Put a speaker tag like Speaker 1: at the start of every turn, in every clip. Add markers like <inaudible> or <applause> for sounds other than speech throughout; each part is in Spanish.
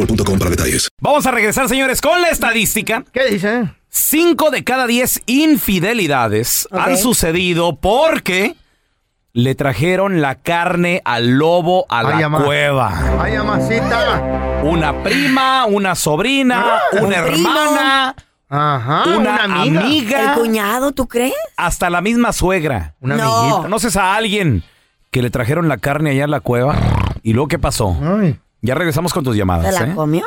Speaker 1: Para detalles.
Speaker 2: Vamos a regresar, señores, con la estadística.
Speaker 3: ¿Qué dice?
Speaker 2: Cinco de cada diez infidelidades
Speaker 3: Ok.
Speaker 2: han sucedido porque le trajeron la carne al lobo a la
Speaker 3: Ay, ama.
Speaker 2: cueva.
Speaker 3: Ay, amacita.
Speaker 2: Una prima, una sobrina,
Speaker 3: Ah,
Speaker 2: una
Speaker 4: un primo.
Speaker 2: hermana,
Speaker 3: Ajá.
Speaker 2: una, amiga,
Speaker 4: ¿El cuñado, tú crees?
Speaker 2: hasta la misma suegra.
Speaker 3: Una
Speaker 4: No.
Speaker 3: amiguita.
Speaker 2: ¿Conoces a alguien que le trajeron la carne allá en la cueva? ¿Y luego qué pasó?
Speaker 3: Ay.
Speaker 2: Ya regresamos con tus
Speaker 4: ¿Se
Speaker 2: llamadas.
Speaker 4: la
Speaker 2: ¿eh?
Speaker 4: comió?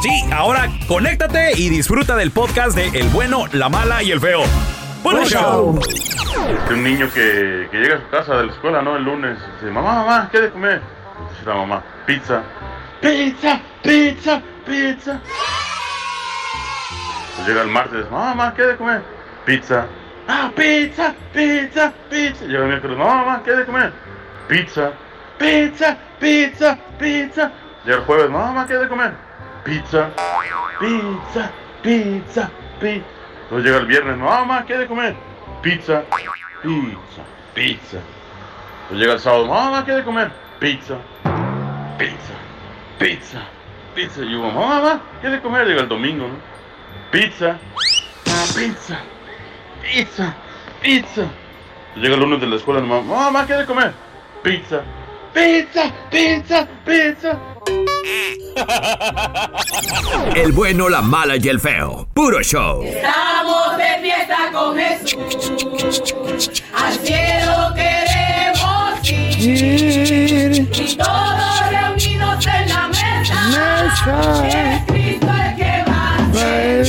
Speaker 2: Sí, ahora conéctate y disfruta del podcast de El bueno, la mala y el feo. Bueno, show.
Speaker 5: de un niño que, que llega a su casa de la escuela, ¿no? El lunes, dice, mamá, mamá, ¿qué hay de comer? Dice la mamá, pizza. Pizza, pizza, pizza. Pues llega el martes, dice, mamá, mamá, ¿qué hay de comer? Pizza. Ah, pizza, pizza, pizza. Llega el miércoles, mamá, mamá, ¿qué hay de comer? Pizza. Pizza, pizza, pizza. Llega el jueves, mamá, mamá, ¿qué hay de comer? Pizza. Pizza, pizza, pizza. Entonces llega el viernes, mamá, mamá, ¿qué hay de comer? Pizza. Pizza, pizza. Pues llega el sábado, mamá, ¿qué hay de comer? Pizza, pizza, pizza, pizza. Y yo, mamá, mamá, ¿qué hay de comer? Llega el domingo, ¿no? Pizza, pizza, pizza, pizza. Llega el lunes de la escuela, mamá, mamá, ¿qué hay de comer? Pizza, pizza, pizza, pizza.
Speaker 6: El bueno, la mala y el feo. Puro show.
Speaker 7: Estamos de fiesta con Jesús. Al cielo queremos ir. Y todos reunidos en la mesa. Es Cristo el que va.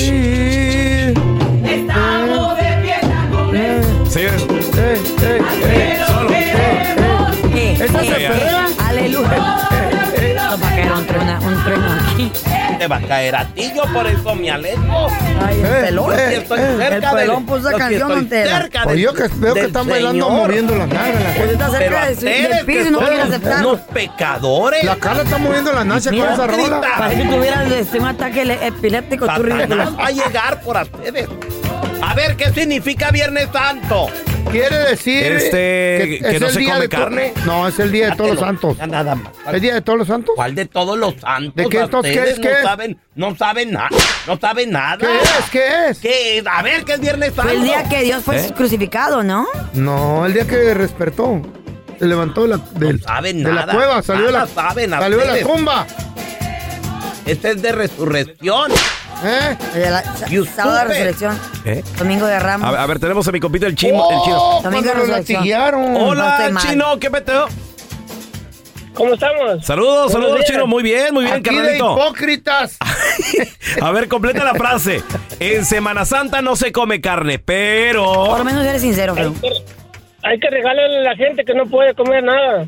Speaker 7: Estamos de fiesta con
Speaker 3: Eh.
Speaker 7: Jesús. Al cielo queremos ir.
Speaker 4: Eh,
Speaker 3: ¿Esta
Speaker 4: eh,
Speaker 3: eh. se
Speaker 4: eh,
Speaker 3: perrea?
Speaker 4: Aleluya.
Speaker 7: Todos
Speaker 4: No, para que era un trueno, un trueno aquí.
Speaker 2: Te va a caer a ti, yo por eso me alejo.
Speaker 4: Ay, el pelón.
Speaker 3: eh, eh,
Speaker 4: el pelón puso esa canción entera.
Speaker 3: Oye, yo que veo que están bailando moviendo la cara. La,
Speaker 4: Pues Está cerca de su- del piso y no
Speaker 2: pues.
Speaker 4: quiere aceptarlo.
Speaker 2: pecadores.
Speaker 3: la cara está moviendo la nacha con
Speaker 4: Mira,
Speaker 3: esa
Speaker 2: grita.
Speaker 3: rola.
Speaker 4: Parece que tuvieras este, un ataque ele- epiléptico. Tú ridículo.
Speaker 2: a llegar por ustedes. A ver, ¿qué significa Viernes Santo?
Speaker 3: Quiere decir
Speaker 2: Este, que no se come
Speaker 3: de to-
Speaker 2: carne. Ah,
Speaker 3: No, es el día de todos los santos.
Speaker 2: Nada más.
Speaker 3: ¿El día de todos los santos?
Speaker 2: ¿Cuál de todos los santos?
Speaker 3: ¿De qué
Speaker 2: A
Speaker 3: estos qué
Speaker 2: ustedes
Speaker 3: es qué?
Speaker 2: No saben, no saben nada. No saben nada.
Speaker 3: ¿Qué es? ¿Qué es?
Speaker 2: ¿Qué es? A ver, ¿qué es Viernes Santo?
Speaker 4: Fue el día que Dios fue
Speaker 2: ¿Eh?
Speaker 4: crucificado, ¿no?
Speaker 3: No, el día que despertó. Se levantó de la, del-
Speaker 2: No saben
Speaker 3: de la
Speaker 2: nada,
Speaker 3: cueva, salió de la,
Speaker 2: nada saben a
Speaker 3: salió de la
Speaker 2: ustedes.
Speaker 3: tumba.
Speaker 2: Este es de resurrección.
Speaker 3: ¿Eh?
Speaker 4: El de la- sa-
Speaker 2: You
Speaker 4: sábado de
Speaker 2: stupid.
Speaker 4: resurrección.
Speaker 2: ¿Eh?
Speaker 4: Domingo de Ramos.
Speaker 2: ver, tenemos a mi compita el
Speaker 3: Oh,
Speaker 4: Domingo
Speaker 3: cuando
Speaker 4: de
Speaker 3: lo
Speaker 4: resurrección.
Speaker 3: latigaron.
Speaker 4: no
Speaker 2: Hola,
Speaker 4: estoy mal.
Speaker 2: chino, ¿qué peteo?
Speaker 8: ¿Cómo estamos?
Speaker 2: Saludos, saludos, Chino. Muy bien, muy bien,
Speaker 3: Aquí de
Speaker 2: carnalito. Ah,
Speaker 3: hipócritas.
Speaker 2: A ver, completa la frase. En Semana Santa no se come carne, pero. Por
Speaker 4: lo menos eres sincero,
Speaker 2: Feo.
Speaker 8: Hay que regalarle a la gente que no puede comer nada.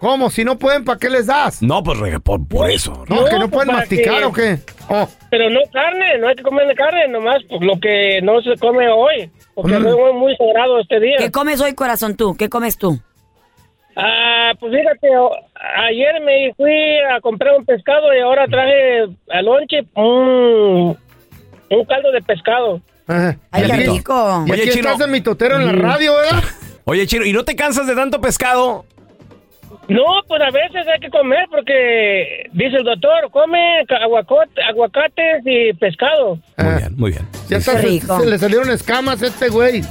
Speaker 3: ¿Cómo? Si no pueden, ¿para qué les das?
Speaker 2: No, pues rega- por, por eso.
Speaker 3: No, que no pueden
Speaker 8: pues, para
Speaker 3: masticar
Speaker 8: que-
Speaker 3: o qué. Oh,
Speaker 8: Pero no carne, no hay que comer carne, nomás pues, lo que no se come hoy. Porque
Speaker 4: Mm.
Speaker 8: no es muy sagrado este día.
Speaker 4: ¿Qué comes hoy, corazón, tú? ¿Qué comes tú?
Speaker 8: Ah, pues fíjate, o- ayer me fui a comprar un pescado y ahora traje al lonche un, un caldo de pescado.
Speaker 4: Ay, qué
Speaker 2: Carnalito.
Speaker 4: rico.
Speaker 2: Oye, Chino. Mm.
Speaker 3: mitotero
Speaker 2: en la radio,
Speaker 3: ¿verdad?
Speaker 2: Oye, Chino, ¿y no te cansas de tanto pescado?
Speaker 8: No, pues a veces hay que comer porque dice el doctor, come ca- aguacote- aguacates y pescado.
Speaker 2: Muy bien.
Speaker 3: Ya está, se, se le salieron escamas a este güey.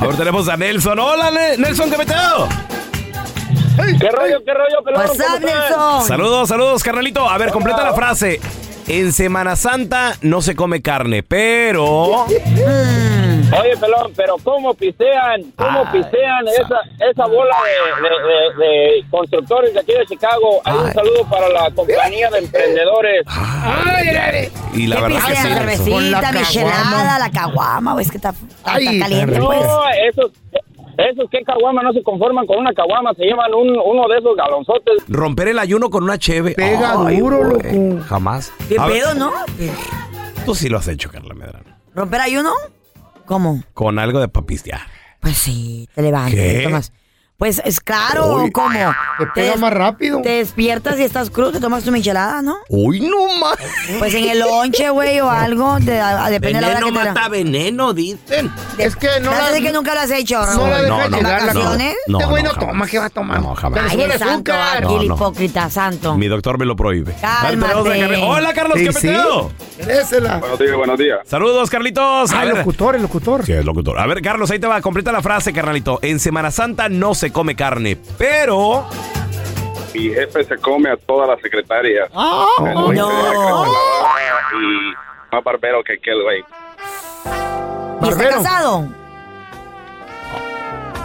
Speaker 2: Ahora tenemos a Nelson. Hola, Ne- Nelson, ¿qué meteo?
Speaker 8: ¿Qué rollo, qué rollo, pelón?
Speaker 4: What's up, Nelson?
Speaker 2: Saludos, saludos, carnalito. A ver, completa la frase. En Semana Santa no se come carne, pero.
Speaker 4: Mm.
Speaker 9: Oye, pelón, pero ¿cómo pisean? ¿Cómo pisean esa, esa bola de, de- de- de constructores de aquí de Chicago? Hay un saludo para la compañía de emprendedores.
Speaker 2: Y la
Speaker 9: ¿Qué
Speaker 2: verdad que
Speaker 4: Ay,
Speaker 2: sí.
Speaker 4: la
Speaker 2: Nelson.
Speaker 4: cervecita, michelada, la caguama, güey, es que está, está caliente,
Speaker 9: no,
Speaker 4: pues.
Speaker 9: esos, esos que caguama no se conforman con una caguama, se llevan un- uno de esos galonzotes.
Speaker 2: Romper el ayuno con una cheve.
Speaker 9: Pega
Speaker 2: duro, loco. Jamás.
Speaker 4: ¿Qué
Speaker 2: A ver,
Speaker 4: pedo, no?
Speaker 2: Tú sí lo has hecho, Carla Medrano.
Speaker 4: ¿Romper ayuno? ¿Cómo?
Speaker 2: Con algo de papistear.
Speaker 4: Pues sí, te levantas.
Speaker 2: ¿Qué?
Speaker 4: te tomas- Pues es claro,
Speaker 2: Uy.
Speaker 4: ¿cómo?
Speaker 2: Te pega
Speaker 4: des-
Speaker 2: más rápido.
Speaker 4: Te despiertas y estás crudo, te tomas tu michelada, ¿no?
Speaker 2: Uy, no más.
Speaker 4: Pues en el lonche, güey, o algo, te- a- a- depende de la hora que te la-
Speaker 2: veneno, dicen.
Speaker 3: Es que no
Speaker 4: Parece
Speaker 3: la-
Speaker 4: que nunca lo has hecho,
Speaker 3: No
Speaker 4: Raúl.
Speaker 3: la deja
Speaker 4: ¿En
Speaker 3: llegar, la-
Speaker 4: vacaciones?
Speaker 3: no, Este güey no no, jamás. toma, ¿qué va a tomar? No, jamás.
Speaker 4: Ay,
Speaker 3: Sube el
Speaker 4: el santo,
Speaker 3: azúcar.
Speaker 4: aquí
Speaker 2: No,
Speaker 4: el
Speaker 2: no.
Speaker 4: hipócrita santo.
Speaker 2: Mi doctor me lo prohíbe.
Speaker 4: Cálmate.
Speaker 2: A ver, tenemos a Carmen. Hola, Carlos, ¿qué peteo?
Speaker 9: Buenos días, buenos días.
Speaker 2: Saludos, Carlitos. A
Speaker 3: Ah,
Speaker 2: ver,
Speaker 3: locutor, el locutor.
Speaker 2: Sí, es locutor. A ver, Carlos, ahí te va. Completa la frase, carnalito. En Semana Santa no se come carne, pero.
Speaker 10: Mi jefe se come a todas las secretarias.
Speaker 4: Ah.
Speaker 10: El güey que deja crecer
Speaker 4: no.
Speaker 10: la barba Y más barbero que aquel güey.
Speaker 4: ¿Y está casado?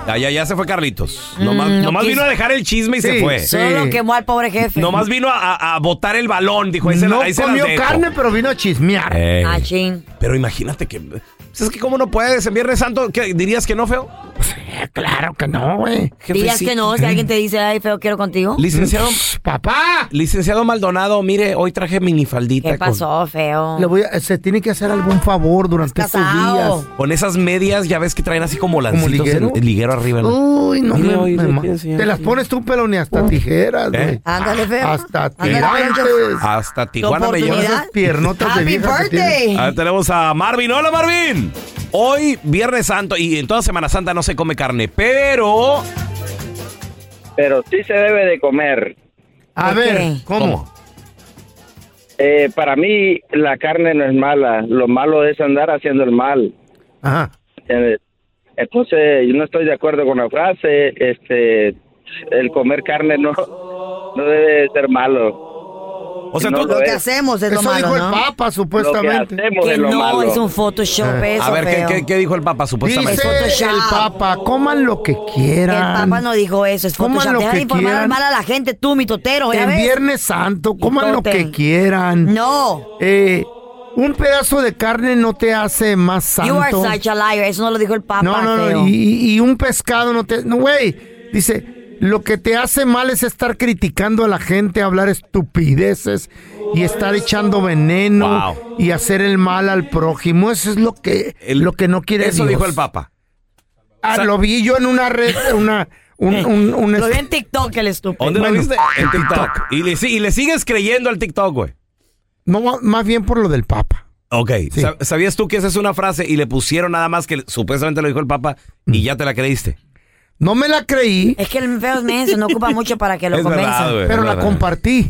Speaker 2: Ah, ya, ya se fue Carlitos. nomás
Speaker 4: Mm, no
Speaker 2: nomás
Speaker 4: quiso.
Speaker 2: vino a dejar el chisme y se fue.
Speaker 4: Solo quemó al pobre jefe.
Speaker 2: Nomás vino a, a- a botar el balón. Dijo, ahí se, la-
Speaker 3: No
Speaker 2: ahí se las
Speaker 3: comió
Speaker 2: dejo.
Speaker 3: carne, pero vino a chismear.
Speaker 2: Ey.
Speaker 4: Machín.
Speaker 2: Pero imagínate que. pues Es que, ¿cómo no puedes? En Viernes Santo, ¿qué, ¿dirías que no, feo?
Speaker 3: Pues, eh, claro que no, güey.
Speaker 4: Dirías que no, si alguien te dice, ay, feo, quiero contigo.
Speaker 2: <clears throat> Licenciado.
Speaker 3: ¡Papá!
Speaker 2: Licenciado Maldonado, mire, hoy traje minifaldita.
Speaker 4: ¿Qué pasó, Oh, feo?
Speaker 3: Le voy a- se tiene que hacer algún favor durante estos
Speaker 4: casado.
Speaker 3: días.
Speaker 2: Con, con esas medias, ya ves que traen así como lancitos
Speaker 3: liguero?
Speaker 2: en- el liguero arriba. ¿no?
Speaker 3: Uy, no
Speaker 2: Mire,
Speaker 3: me,
Speaker 2: hoy
Speaker 3: me
Speaker 2: le
Speaker 3: ma-
Speaker 2: quiero enseñar
Speaker 3: Te las
Speaker 2: aquí.
Speaker 3: pones tú, pero ni hasta tijeras,
Speaker 2: ¿Eh?
Speaker 3: güey.
Speaker 4: Ándale, feo.
Speaker 3: Hasta
Speaker 4: Ándale, Poncho.
Speaker 3: tirantes.
Speaker 2: Hasta Tijuana me
Speaker 4: oportunidad.
Speaker 2: llevas.
Speaker 3: Esas piernotas de
Speaker 4: Happy
Speaker 3: vieja que tienes.
Speaker 4: birthday.
Speaker 2: Ahora Ah, tenemos a Marvin. Hola, Marvin. Hoy, Viernes Santo, y en toda Semana Santa no se come carne, pero.
Speaker 9: Pero sí se debe de comer.
Speaker 3: A
Speaker 9: Ok.
Speaker 3: ver, ¿cómo?
Speaker 9: Eh, para mí, la carne no es mala. Lo malo es andar haciendo el mal.
Speaker 3: Ajá.
Speaker 9: ¿entiendes? Entonces, yo no estoy de acuerdo con la frase. Este, el comer carne no, no debe ser malo.
Speaker 2: O
Speaker 9: sea, tú-
Speaker 4: lo que hacemos es lo
Speaker 3: Eso
Speaker 4: malo,
Speaker 3: dijo
Speaker 4: ¿no?
Speaker 3: el Papa, supuestamente. Eh.
Speaker 9: hacemos
Speaker 4: Que
Speaker 9: es lo
Speaker 4: no,
Speaker 9: malo.
Speaker 4: es un Photoshop eso,
Speaker 2: a ver, ¿qué,
Speaker 4: feo.
Speaker 2: qué, qué dijo el Papa supuestamente?
Speaker 4: Dice- Es
Speaker 3: Dice el
Speaker 4: Photoshop.
Speaker 3: Papa, coman lo que
Speaker 4: El
Speaker 3: quieran.
Speaker 4: papá no dijo eso, es
Speaker 3: Coman
Speaker 4: Photoshop.
Speaker 3: lo
Speaker 4: Deja de
Speaker 3: que
Speaker 4: informar
Speaker 3: quieran.
Speaker 4: mal a la gente, tú, mi totero, ¿ya
Speaker 3: En
Speaker 4: ves?
Speaker 3: Viernes Santo, coman lo
Speaker 4: Totem.
Speaker 3: que quieran.
Speaker 4: No,
Speaker 3: Eh, un pedazo de carne no te hace más
Speaker 4: you are
Speaker 3: santo.
Speaker 4: such a liar. Eso no lo dijo el papá,
Speaker 3: No, no,
Speaker 4: feo.
Speaker 3: no. Y, y un pescado no te. No, güey. Dice, lo que te hace mal es estar criticando a la gente, hablar estupideces y estar echando veneno
Speaker 2: Wow.
Speaker 3: y hacer el mal al prójimo. Eso es lo que, lo que no quiere
Speaker 2: Eso
Speaker 3: Dios.
Speaker 2: dijo el Papa.
Speaker 3: Ah, lo vi yo en una red, una. Un, un, un-
Speaker 4: Eh, Lo vi en TikTok, el estúpido.
Speaker 2: ¿Dónde
Speaker 3: Bueno,
Speaker 2: lo viste? En TikTok. Y le, si- y le sigues creyendo al TikTok, güey.
Speaker 3: no, más bien por lo del Papa.
Speaker 2: Ok. Sa- ¿Sabías tú que esa es una frase y le pusieron nada más que supuestamente lo dijo el Papa
Speaker 3: Mm.
Speaker 2: y ya te la creíste?
Speaker 3: No me la creí,
Speaker 4: Es que el feo es menso, no ocupa mucho para
Speaker 3: <laughs>
Speaker 4: que lo
Speaker 2: Es verdad,
Speaker 4: convenzan.
Speaker 2: güey.
Speaker 3: pero la
Speaker 2: verdad.
Speaker 3: compartí.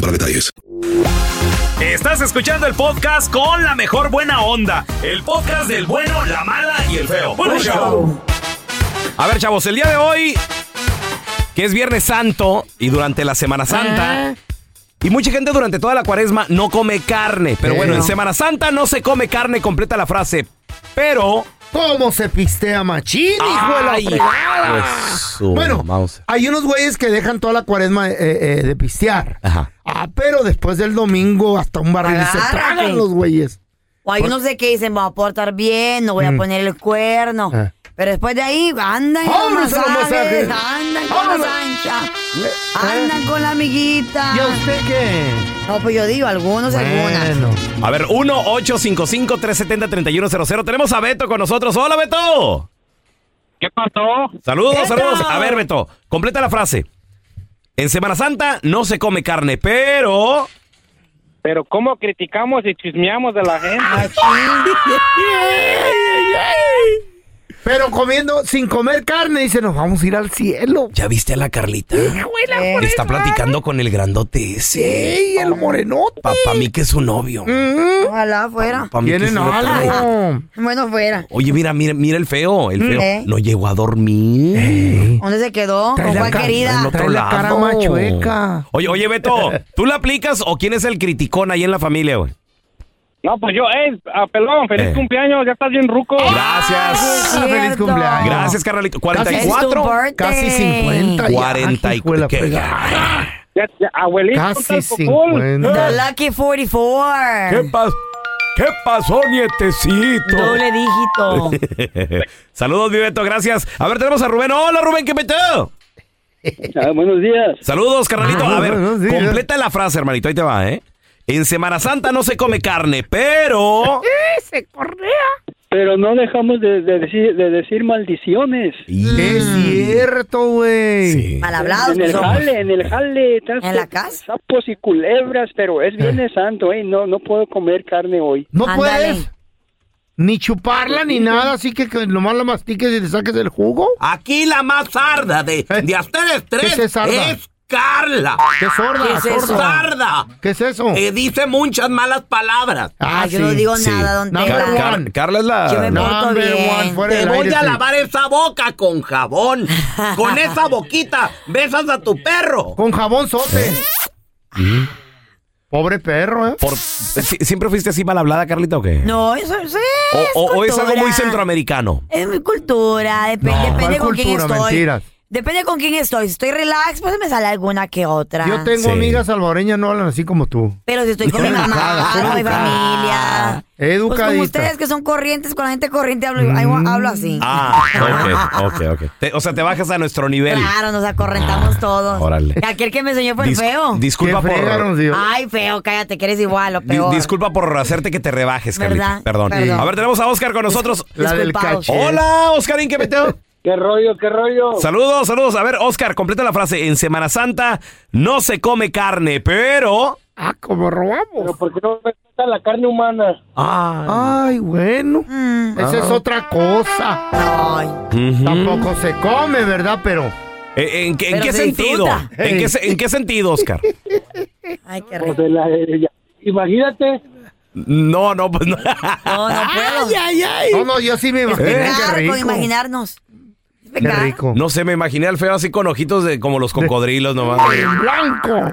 Speaker 1: para detalles.
Speaker 2: Estás escuchando el podcast con la mejor buena onda. El podcast del bueno, la mala y el feo. Bueno, show. A ver, chavos, el día de hoy, que es Viernes Santo y durante la Semana Santa.
Speaker 3: Ah.
Speaker 2: Y mucha gente durante toda la cuaresma no come carne. Pero bueno, en
Speaker 3: Pero.
Speaker 2: Semana Santa no se come carne, completa la frase. Pero.
Speaker 3: ¿Cómo se pistea machín, hijo de la
Speaker 2: Ay, Pues,
Speaker 3: fregada? pues. Bueno, hay unos güeyes que dejan toda la cuaresma eh, eh, de pistear. Ah, pero después del domingo hasta un barril se
Speaker 4: Agárrate.
Speaker 3: tragan los güeyes.
Speaker 4: O hay unos de que dicen, voy a portar bien, no voy a
Speaker 3: Mm.
Speaker 4: poner el cuerno.
Speaker 3: Ah.
Speaker 4: Pero después de ahí, andan con los
Speaker 3: ¡Vámonos a los
Speaker 4: masajes,
Speaker 3: masajes!
Speaker 4: andan con la anchas, andan con la amiguita.
Speaker 3: Ah. ¿Y a usted qué?
Speaker 4: No, pues yo digo, algunos, algunas.
Speaker 2: A ver, 1-855-370-3100. Tenemos a Beto con nosotros. ¡Hola, Beto!
Speaker 11: ¿Qué pasó?
Speaker 2: Saludos,
Speaker 11: ¡Beto!
Speaker 2: saludos. A ver, Beto, completa la frase. En Semana Santa no se come carne, pero.
Speaker 11: Pero ¿cómo criticamos y chismeamos de la
Speaker 2: Ah,
Speaker 11: gente?
Speaker 3: Pero comiendo, sin comer carne, dice, nos vamos a ir al cielo.
Speaker 2: ¿Ya viste a la Carlita?
Speaker 4: Eh.
Speaker 2: Está platicando con el grandote ese.
Speaker 3: ¡Ey, el morenote!
Speaker 2: Papá, mí que es su novio.
Speaker 4: Mm. Ojalá fuera.
Speaker 2: Pa' mí que
Speaker 3: Tienen
Speaker 2: se lo trae.
Speaker 3: algo.
Speaker 4: Bueno, fuera.
Speaker 2: Oye, mira, mira, mira el feo, el feo.
Speaker 4: ¿Eh?
Speaker 2: No llegó a dormir.
Speaker 4: ¿Dónde se quedó?
Speaker 2: Trae
Speaker 4: ¿Con
Speaker 2: la
Speaker 4: cuál
Speaker 2: cara-
Speaker 4: querida?
Speaker 2: en otro Trae la cara lado. más chueca. Oye,
Speaker 3: <laughs>
Speaker 2: oye, Beto, ¿tú la aplicas o quién es el criticón ahí en la familia, güey?
Speaker 11: No, pues yo, eh, a pelón, feliz
Speaker 2: Eh.
Speaker 11: cumpleaños, ya estás bien ruco.
Speaker 2: <laughs> Gracias.
Speaker 3: Ah, feliz cumpleaños.
Speaker 2: Gracias, carnalito.
Speaker 3: Casi-
Speaker 2: 44.
Speaker 3: Casi 50. ya,
Speaker 2: 40 y
Speaker 3: hijo de la
Speaker 2: qué-
Speaker 3: fregada.
Speaker 11: Ya- ya, abuelito,
Speaker 3: Casi
Speaker 11: estás cool.
Speaker 3: 50.
Speaker 4: The Lucky 44.
Speaker 2: pasó? ¿Qué pasó, nietecito?
Speaker 4: Doble dígito.
Speaker 2: <laughs> Saludos, mi Beto, gracias. A ver, tenemos a Rubén. Hola, Rubén, ¿qué peteo?
Speaker 12: <laughs> Ah, buenos días.
Speaker 2: Saludos, carnalito.
Speaker 12: Ah,
Speaker 2: A ver,
Speaker 12: buenos días.
Speaker 2: completa la frase, hermanito. Ahí te va, ¿eh? En Semana Santa no se come carne, pero.
Speaker 12: ¡Ese Correa! Pero no dejamos de, de decir, de decir maldiciones.
Speaker 3: Es cierto, güey.
Speaker 4: Mal hablados pues,
Speaker 12: En el
Speaker 4: que somos.
Speaker 12: jale, en el jale. En la casa. Sapos y culebras, pero es Viernes Santo, ¿eh? No, no puedo comer carne hoy.
Speaker 3: No puedes ni chuparla ni nada, así que, que nomás la mastiques y le saques el jugo.
Speaker 2: Aquí la más sarda de, de a ustedes tres
Speaker 3: ¿Qué es sarda?
Speaker 2: Carla.
Speaker 3: ¿Qué es sorda?
Speaker 2: ¿Qué es eso? Sarda. Eh,
Speaker 3: ¿Qué es eso?
Speaker 2: dice muchas malas palabras.
Speaker 3: Ah,
Speaker 4: Ay, yo no digo nada, don
Speaker 3: Number
Speaker 4: Tela.
Speaker 3: one.
Speaker 2: Carla es la...
Speaker 4: Yo me porto
Speaker 3: Number
Speaker 4: bien.
Speaker 3: one, fuera del aire, sí.
Speaker 2: esa boca con jabón.
Speaker 4: <laughs>
Speaker 2: Con esa boquita besas a tu perro.
Speaker 3: Con jabón sote. Pobre perro, ¿eh?
Speaker 2: ¿Sie- ¿Siempre fuiste así mal hablada, Carlita, o qué?
Speaker 4: No, eso, eso
Speaker 3: Oh,
Speaker 2: O,
Speaker 4: es.
Speaker 2: o- o es algo muy
Speaker 4: cultura.
Speaker 2: centroamericano.
Speaker 4: Es mi cultura, dep- depende
Speaker 3: ¿Cuál
Speaker 4: con quién
Speaker 3: cultura?
Speaker 4: estoy.
Speaker 3: Mentiras.
Speaker 4: Depende con quién estoy. Si estoy relax, pues me sale alguna que otra.
Speaker 3: Yo tengo amigas salvadoreñas, no hablan así como tú.
Speaker 4: Pero si estoy con mi mamá, con mi familia. Pues
Speaker 3: Educadita.
Speaker 4: como ustedes que son corrientes, con la gente corriente hablo,
Speaker 2: Mm.
Speaker 4: hablo así.
Speaker 2: Ah, ok, ok, ok. Te- o sea, te bajas a nuestro nivel.
Speaker 4: Claro, nos acorrentamos todos.
Speaker 2: Órale.
Speaker 4: Y Aquel que me enseñó fue el
Speaker 2: Ah, Dis-
Speaker 4: feo.
Speaker 2: disculpa Qué por- fregaron, Dios.
Speaker 4: Ay, feo, cállate, que eres igual, lo
Speaker 2: Di-
Speaker 4: peor.
Speaker 2: disculpa por hacerte que te rebajes, Carlita.
Speaker 4: ¿Verdad?
Speaker 2: Perdón.
Speaker 4: Perdón.
Speaker 2: A ver, tenemos a Oscar con nosotros.
Speaker 4: La del Disculpados. caché.
Speaker 2: Hola, Oscarín, ¿qué meteo?
Speaker 12: <laughs> ¿Qué rollo, qué rollo?
Speaker 2: Saludos, saludos. A ver, Oscar, completa la frase. En Semana Santa no se come carne, pero.
Speaker 3: Ah, como robamos.
Speaker 12: Pero ¿por qué no respetan la carne humana?
Speaker 3: Ay, bueno.
Speaker 13: Mm.
Speaker 3: Esa es otra cosa. Tampoco se come, ¿verdad? Pero
Speaker 2: Eh, ¿En, en qué- en
Speaker 7: Pero
Speaker 2: qué
Speaker 7: se
Speaker 2: sentido?
Speaker 7: disfruta.
Speaker 2: ¿En qué, se- en qué sentido, Oscar?
Speaker 4: Ay, qué
Speaker 7: rico. imagínate.
Speaker 2: No, no, pues no.
Speaker 4: No, no
Speaker 2: <laughs>
Speaker 4: puedo.
Speaker 7: Ay, ay, ay. No, no, yo sí me imagino,
Speaker 4: Es
Speaker 2: Eh, qué
Speaker 4: pecar
Speaker 2: rico.
Speaker 4: con imaginarnos. Es pecar.
Speaker 2: No sé, me imaginé al feo así con ojitos de como los cocodrilos nomás.
Speaker 3: blanco.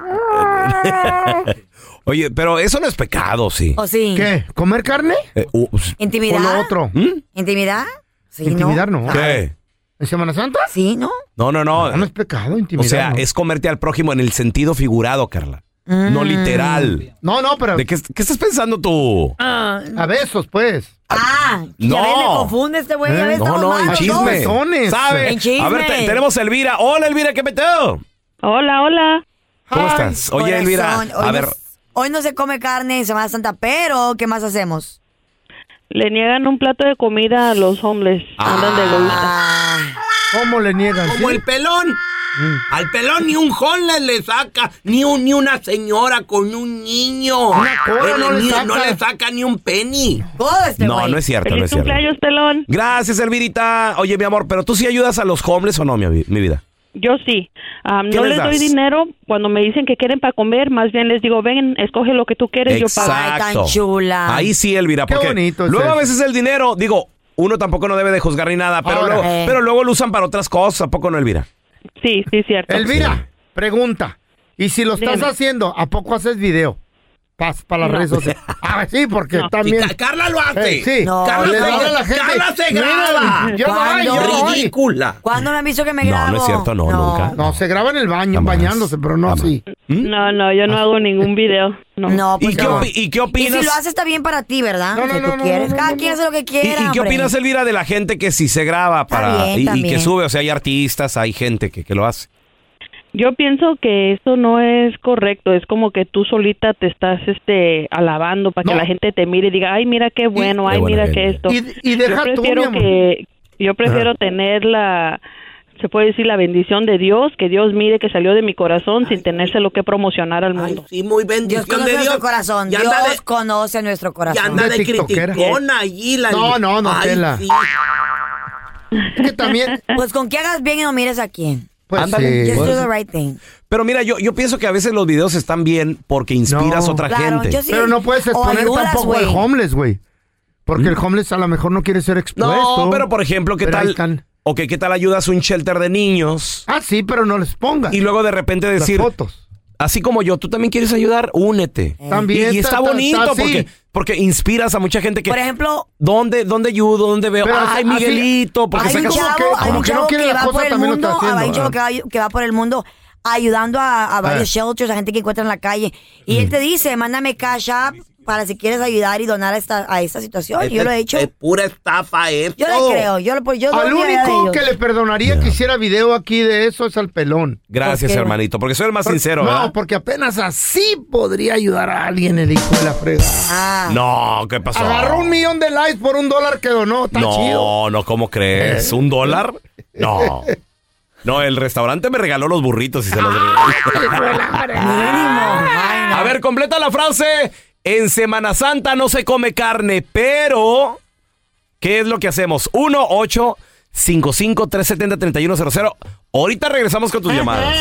Speaker 2: Oye, pero eso no es pecado, sí.
Speaker 13: Oh,
Speaker 4: ¿O sí?
Speaker 3: ¿Qué? ¿Comer carne?
Speaker 2: Eh, ¿Mm? ups.
Speaker 4: ¿Intimidad?
Speaker 3: ¿O lo otro?
Speaker 4: ¿Intimidad? Sí,
Speaker 3: ¿Intimidar no?
Speaker 2: ¿Qué?
Speaker 3: ¿En Semana Santa?
Speaker 4: Sí, ¿no?
Speaker 2: No, no, no.
Speaker 3: No es pecado
Speaker 2: O
Speaker 3: intimidar.
Speaker 2: sea,
Speaker 3: ¿no?
Speaker 2: es comerte al prójimo en el sentido figurado, Carla. No literal.
Speaker 3: No, no, pero...
Speaker 2: ¿De qué, qué estás pensando tú?
Speaker 14: Ah.
Speaker 3: A besos, pues.
Speaker 4: Ah,
Speaker 2: No.
Speaker 4: ya ves, me confunde este güey. Ya ves,
Speaker 2: ¿Eh? no,
Speaker 4: estamos
Speaker 2: no, en
Speaker 4: malos,
Speaker 2: chisme.
Speaker 4: todos.
Speaker 2: ¿Sabe?
Speaker 4: En chisme.
Speaker 2: A ver, te- tenemos a Elvira. Hola, Elvira, ¿qué peteo?
Speaker 14: Hola, hola.
Speaker 2: ¿Cómo estás? Oye,
Speaker 4: Corazón,
Speaker 2: Elvira,
Speaker 4: hoy
Speaker 2: a
Speaker 4: no
Speaker 2: ver,
Speaker 4: s- Hoy no se come carne en Semana Santa, pero ¿qué más hacemos?
Speaker 14: Le niegan un plato de comida a los hombres.
Speaker 2: ah.
Speaker 14: Andan de egoístas.
Speaker 3: ¿Cómo le niegan?
Speaker 13: Como el pelón.
Speaker 2: Mm.
Speaker 13: Al pelón ni un homeless le saca, ni, un, ni una señora con un niño.
Speaker 2: Una cora
Speaker 13: Él
Speaker 2: no le
Speaker 13: ni-
Speaker 2: saca.
Speaker 13: no le saca ni un penny.
Speaker 4: este
Speaker 2: No, no es cierto, no es cierto.
Speaker 14: pelón.
Speaker 2: Gracias, Elvirita. Oye, mi amor, pero tú sí ayudas a los homeless o no, mi, avi- mi vida.
Speaker 14: Yo sí. Am,
Speaker 2: ¿Qué
Speaker 14: no
Speaker 2: les
Speaker 14: les doy
Speaker 2: das?
Speaker 14: dinero cuando me dicen que quieren para comer. Más bien les digo, ven, escoge lo que tú quieres, yo pago.
Speaker 2: Exacto. Ahí sí, Elvira, porque luego a veces el dinero, digo, uno tampoco no debe de juzgar ni nada, pero,
Speaker 3: Ahora.
Speaker 2: luego,
Speaker 3: Eh.
Speaker 2: pero luego lo usan para otras cosas, ¿a poco no, Elvira?
Speaker 14: Sí, sí, cierto.
Speaker 3: Elvira, pregunta. Y si lo estás
Speaker 14: Dígame.
Speaker 3: haciendo, ¿a poco haces video? Paz, para las
Speaker 14: No.
Speaker 13: <laughs>
Speaker 3: redes sociales. Ah, sí, porque
Speaker 14: No.
Speaker 3: también.
Speaker 13: Y Ca- Carla lo hace.
Speaker 3: Eh, sí.
Speaker 13: No, Carla
Speaker 3: le
Speaker 13: se-
Speaker 3: da a la gente.
Speaker 13: Carla se
Speaker 3: "Miren,
Speaker 13: graba".
Speaker 3: Yo voy, yo
Speaker 13: ¿Cuándo?
Speaker 3: voy".
Speaker 13: Ridícula.
Speaker 4: ¿Cuándo me han visto que me grabo?
Speaker 2: No, no es cierto, no, nunca.
Speaker 3: No, se graba en el baño, bañándose, pero no así.
Speaker 14: No, no, yo no hago ningún video. No,
Speaker 2: Ah.
Speaker 4: Pues
Speaker 2: ¿Y, qué opi- y qué
Speaker 4: Y
Speaker 2: opinas?
Speaker 4: si lo haces está bien para ti, ¿verdad?
Speaker 3: No, no,
Speaker 4: Si tú
Speaker 3: no, no,
Speaker 4: quieres.
Speaker 3: no,
Speaker 4: Cada quien hace lo que
Speaker 2: ¿Y-
Speaker 4: quiera.
Speaker 2: ¿Y, qué
Speaker 4: hombre.
Speaker 2: opinas, Elvira, de la gente que sí se graba para
Speaker 4: bien,
Speaker 2: y- y, que
Speaker 4: también.
Speaker 2: sube? O sea, hay artistas, hay gente que, que lo hace.
Speaker 14: Yo pienso que eso no es correcto. Es como que tú solita te estás este, alabando para que la gente te mire y diga, ay, mira qué bueno, ay,
Speaker 7: buena
Speaker 14: mira
Speaker 7: gente.
Speaker 14: qué esto.
Speaker 7: Y- y deja
Speaker 14: yo
Speaker 7: tú,
Speaker 14: prefiero
Speaker 7: mi amor.
Speaker 14: que yo prefiero tener la se puede decir la bendición de Dios, que Dios mire que salió de mi corazón sin tenerse lo que promocionar al mundo.
Speaker 13: Sí, muy bendición
Speaker 4: Dios conoce
Speaker 13: de Dios.
Speaker 4: nuestro corazón.
Speaker 13: Y
Speaker 4: Dios
Speaker 13: anda de-
Speaker 4: conoce nuestro corazón.
Speaker 13: y anda de criticona allí. La
Speaker 4: No, no, no,
Speaker 13: Ay,
Speaker 4: Tela.
Speaker 13: sí.
Speaker 4: que también. Pues con que hagas bien y no mires a quién.
Speaker 2: Ándale.
Speaker 4: Just
Speaker 2: Pues
Speaker 4: do
Speaker 2: sí.
Speaker 4: the right thing.
Speaker 2: Pero mira, yo, yo pienso que a veces los videos están bien porque inspiras a otra gente.
Speaker 4: yo sí-
Speaker 3: Pero no puedes
Speaker 4: o
Speaker 3: exponer
Speaker 4: ayudas,
Speaker 3: tampoco
Speaker 4: güey.
Speaker 3: al homeless, güey. Porque el homeless a lo mejor no quiere ser expuesto.
Speaker 2: Mm. No, pero por ejemplo, ¿qué
Speaker 3: Pero ahí
Speaker 2: tal? Ok, ¿qué tal ayudas a un shelter de niños?
Speaker 3: Ah, sí, pero no les pongas.
Speaker 2: Y luego de repente
Speaker 3: Las
Speaker 2: decir.
Speaker 3: fotos.
Speaker 2: Así como yo, tú también quieres ayudar, únete.
Speaker 4: Eh.
Speaker 3: También
Speaker 2: Y, y está,
Speaker 3: está- está-
Speaker 2: bonito
Speaker 3: está así.
Speaker 2: porque, porque inspiras a mucha gente que.
Speaker 4: Por ejemplo.
Speaker 2: ¿Dónde, dónde ayudo? ¿Dónde veo?
Speaker 4: Pero
Speaker 2: Ay,
Speaker 4: así-
Speaker 2: Miguelito. Porque
Speaker 4: hay
Speaker 2: sé
Speaker 4: un
Speaker 2: que-
Speaker 4: chavo, hay un chavo que va por el mundo, hay un
Speaker 15: ¿eh?
Speaker 4: chavo que va, que va por el mundo ayudando a, a varios
Speaker 2: Ah.
Speaker 4: shelters, a gente que encuentra en la calle. Y
Speaker 15: Mm.
Speaker 4: él te dice, mándame cash app para si quieres ayudar y donar a esta, a esta situación. Y yo lo he hecho.
Speaker 13: Es pura estafa esto.
Speaker 4: Yo
Speaker 15: Oh,
Speaker 4: le creo, yo, lo- yo doy
Speaker 3: Al
Speaker 4: mi idea de
Speaker 3: único
Speaker 4: ellos.
Speaker 3: que le perdonaría que hiciera video aquí de eso es al pelón.
Speaker 2: Gracias,
Speaker 3: ¿Por qué?
Speaker 2: hermanito, porque soy el más
Speaker 3: Por-
Speaker 2: sincero,
Speaker 3: No,
Speaker 2: ¿verdad?
Speaker 3: porque apenas así podría ayudar a alguien el hijo de la frega.
Speaker 4: Ah.
Speaker 2: No, ¿qué pasó?
Speaker 3: Agarró un millón de likes por un dólar que donó. Está
Speaker 2: no,
Speaker 3: chido.
Speaker 2: no, ¿cómo crees? ¿Un dólar? No. No, el restaurante me regaló los burritos y se los A ver, completa la frase. En Semana Santa no se come carne, pero. ¿Qué es lo que hacemos? 1 8 55 370 3100 Ahorita regresamos con tus llamadas.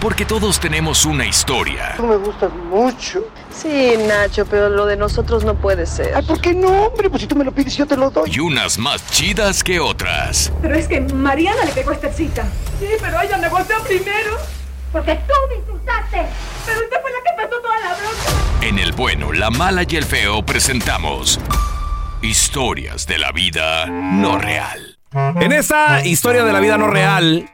Speaker 6: Porque todos tenemos una historia.
Speaker 15: Tú me gustas mucho.
Speaker 16: Sí, Nacho, pero lo de nosotros no puede ser.
Speaker 15: Ay, ¿por qué no, hombre? Pues si tú me lo pides, yo te lo doy.
Speaker 6: Y unas más chidas que otras.
Speaker 17: Pero es que Mariana le pegó esta cita. Sí, pero ella me golpeó primero. Porque tú me insultaste. Pero usted fue la que pasó toda la bronca.
Speaker 6: En el bueno, la mala y el feo presentamos historias de la vida no real.
Speaker 2: En esta historia de la vida no real,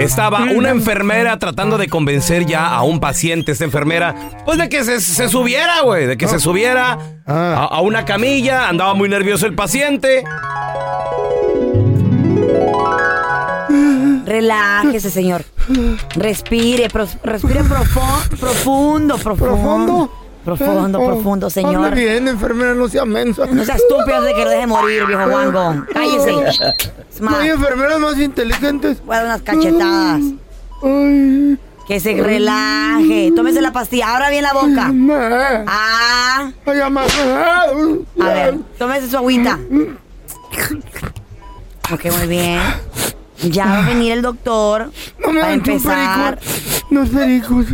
Speaker 2: estaba una enfermera tratando de convencer ya a un paciente, esta enfermera, pues de que se, se subiera, güey, de que se subiera a, a una camilla, andaba muy nervioso el paciente.
Speaker 4: Relájese, señor. Respire, pro-
Speaker 15: <laughs>
Speaker 4: respire profo- profundo, profundo. Profundo,
Speaker 3: Eh, oh,
Speaker 4: profundo, señor.
Speaker 3: hable bien, enfermera, no sea mensa. Ah.
Speaker 4: No sea estúpido de que lo deje morir, viejo guango. Cállese.
Speaker 3: No hay enfermeras más inteligentes.
Speaker 4: Voy a dar unas cachetadas. Que se relaje. Tómese la pastilla. Abra bien la boca. Ah. A ver, tómese su agüita. Ok, muy bien. Ya va a venir el doctor.
Speaker 3: No me
Speaker 4: para
Speaker 3: aventó un
Speaker 4: empezar.
Speaker 3: perico. Los pericos.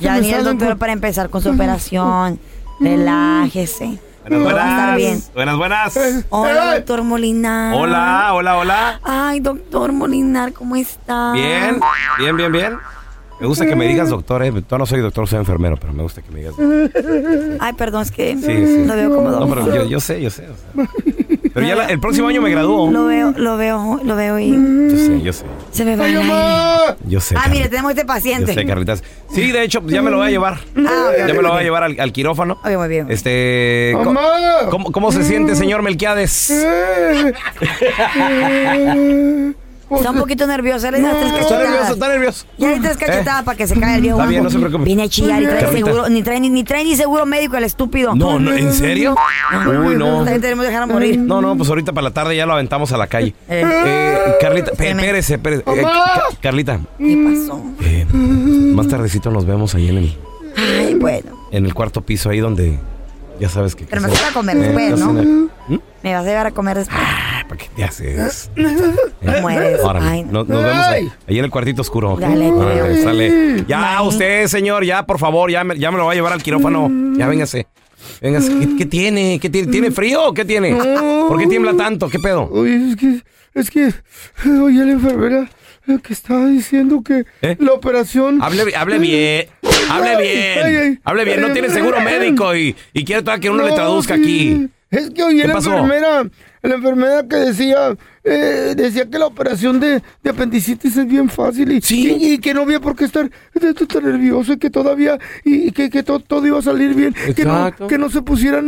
Speaker 4: Ya va a venir el doctor para empezar con su operación.
Speaker 3: Mm.
Speaker 4: Relájese.
Speaker 7: Buenas,
Speaker 4: Va a estar
Speaker 7: buenas.
Speaker 4: bien.
Speaker 7: Buenas, buenas.
Speaker 4: Hola, doctor Molinar.
Speaker 7: Hola, hola, hola.
Speaker 4: Ay, doctor Molinar, ¿cómo está?
Speaker 2: Bien, bien, bien, bien. Me gusta que me
Speaker 4: Mm.
Speaker 2: digas doctor, eh. Yo no soy doctor, soy enfermero, pero me gusta que me digas.
Speaker 4: Ay, perdón, es que
Speaker 2: Sí, sí.
Speaker 4: Mm, lo veo como
Speaker 2: No,
Speaker 4: doctor.
Speaker 2: pero yo, yo sé, yo sé. o sea. Pero ya la- el próximo año me gradúo.
Speaker 4: Lo veo, lo veo, lo veo y
Speaker 2: Yo sé, yo sé.
Speaker 4: se me va el aire.
Speaker 2: Yo sé.
Speaker 4: Ah,
Speaker 2: Carla,
Speaker 4: mire, tenemos este
Speaker 2: yo
Speaker 4: paciente.
Speaker 2: sé, Carlitas. Sí, de hecho, pues, ya me lo voy a llevar.
Speaker 4: Ah, ok,
Speaker 2: Ya
Speaker 4: ok,
Speaker 2: me lo voy
Speaker 4: ok.
Speaker 2: a llevar al, al quirófano.
Speaker 4: Ok, muy bien.
Speaker 2: Este. ¿cómo- ¿cómo, cómo se siente,
Speaker 4: <laughs>
Speaker 2: señor Melquiades?
Speaker 4: Está un poquito nervioso, le di las tres
Speaker 2: Está
Speaker 4: cachetadas.
Speaker 2: nervioso, está nervioso. Eh.
Speaker 4: Ya le di tres cachetadas para que se caiga el viejo.
Speaker 2: Está bien,
Speaker 4: guapo.
Speaker 2: no se preocupe.
Speaker 4: Viene a chillar y trae
Speaker 2: Carlita.
Speaker 4: seguro, ni trae ni, ni trae ni seguro médico el estúpido.
Speaker 2: No, no, ¿en serio? Uy, no.
Speaker 4: También tenemos que dejar morir.
Speaker 2: No, no, pues ahorita para la tarde ya lo aventamos a la calle.
Speaker 4: <laughs> Eh.
Speaker 2: Eh, Carlita, pe- espérese, espérese. Eh,
Speaker 4: Mamá.
Speaker 2: Ca- Carlita,
Speaker 4: ¿Qué pasó?
Speaker 2: más tardecito nos vemos ahí en el,
Speaker 4: Ay, bueno.
Speaker 2: en el cuarto piso, ahí donde ya sabes que.
Speaker 4: Pero me vas a comer
Speaker 2: Eh,
Speaker 4: después,
Speaker 2: casi
Speaker 4: ¿no?
Speaker 2: en
Speaker 4: Me vas a llevar a comer después.
Speaker 2: ¿Qué haces?
Speaker 4: Te mueres.
Speaker 2: Eh, Órale,
Speaker 4: Ay,
Speaker 2: no- nos vemos ahí, ahí en el cuartito oscuro. ¿ok?
Speaker 4: Dale,
Speaker 2: Órale,
Speaker 4: creo.
Speaker 2: sale. Ya, usted, señor, ya, por favor, ya me, ya me lo va a llevar al quirófano. Ya, véngase. Véngase. ¿Qué, qué tiene? ¿Qué tiene?
Speaker 3: Mm.
Speaker 2: ¿Tiene frío o qué tiene?
Speaker 3: No.
Speaker 2: ¿Por qué tiembla tanto? ¿Qué pedo?
Speaker 3: Oye, es que, es que, eh, oye, la enfermera eh, que estaba diciendo que la operación...
Speaker 2: ¿Eh? Hable, hable bien. Hable
Speaker 3: Mm. Ay,
Speaker 2: bien.
Speaker 3: ay. Mm.
Speaker 2: Hable bien. No tiene seguro médico y, y quiere todavía que uno le
Speaker 3: No,
Speaker 2: traduzca
Speaker 3: sí.
Speaker 2: aquí.
Speaker 3: Es que oye
Speaker 2: ¿Qué
Speaker 3: la
Speaker 2: pasó?
Speaker 3: enfermera, la enfermera que decía, eh, decía que la operación de, de apendicitis es bien fácil y, y, y que no había por qué estar de- de- tan nervioso y que todavía, y que, que to- todo iba a salir bien, que
Speaker 2: Exacto.
Speaker 3: no, que no se pusiera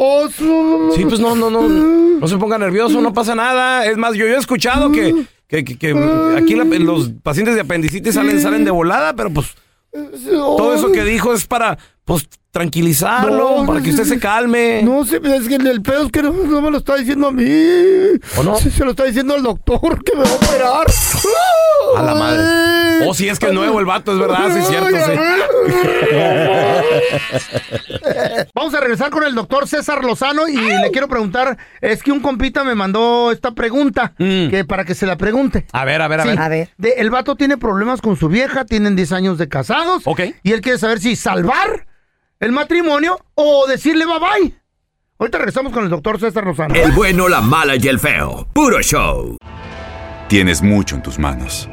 Speaker 3: nervioso.
Speaker 2: Sí, pues no, no, no.
Speaker 3: <laughs>
Speaker 2: No se ponga nervioso,
Speaker 3: Mm.
Speaker 2: no pasa nada. Es más, yo, yo he escuchado que, que, que- que aquí la-
Speaker 3: Mm.
Speaker 2: los pacientes de apendicitis salen, salen de volada, pero pues todo eso que dijo es para pues tranquilizarlo, para que usted se calme.
Speaker 3: No, sí, pero es que el, el pedo es que no, no me lo está diciendo a mí.
Speaker 2: ¿O no?
Speaker 3: Sí, se lo está diciendo al doctor que me va a operar.
Speaker 2: A la madre. O si es que es nuevo el vato, es
Speaker 3: <laughs>
Speaker 2: verdad, sí es cierto, sí.
Speaker 3: Vamos a regresar con el doctor César Lozano y le quiero preguntar, es que un compita me mandó esta pregunta que para que se la pregunte.
Speaker 2: A ver, a ver, a
Speaker 3: Sí,
Speaker 2: ver.
Speaker 3: de- el vato tiene problemas con su vieja, tienen 10 años de casados. Ok. Y él quiere saber si salvar el matrimonio o decirle bye bye. Ahorita regresamos con el doctor César Lozano.
Speaker 6: El bueno, la mala y el feo. Puro show.
Speaker 18: Tienes mucho en tus manos.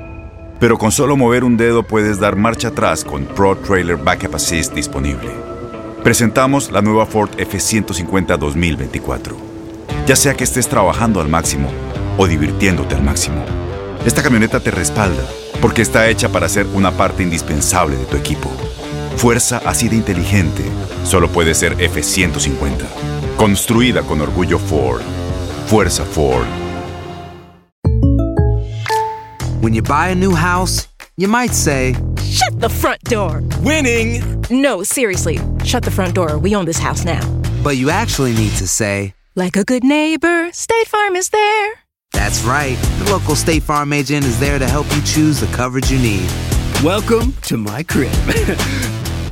Speaker 18: Pero con solo mover un dedo puedes dar marcha atrás con Pro Trailer Backup Assist disponible. Presentamos la nueva Ford F150 2024. Ya sea que estés trabajando al máximo o divirtiéndote al máximo, esta camioneta te respalda porque está hecha para ser una parte indispensable de tu equipo. Fuerza así de inteligente solo puede ser F150. Construida con orgullo Ford. Fuerza Ford.
Speaker 19: When you buy a new house, you might say,
Speaker 20: Shut the front door. Winning. No, seriously. Shut the front door. We own this house now.
Speaker 19: but you actually need to say,
Speaker 20: Like a good neighbor, State Farm is there.
Speaker 19: that's right, the local State Farm agent is there to help you choose the coverage you need.
Speaker 21: Welcome to my crib. <laughs>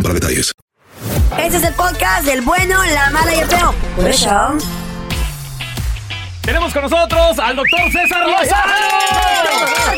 Speaker 1: para detalles.
Speaker 4: Este es el podcast del bueno, la mala y el feo. Por eso.
Speaker 7: Tenemos con nosotros al doctor César Lozano.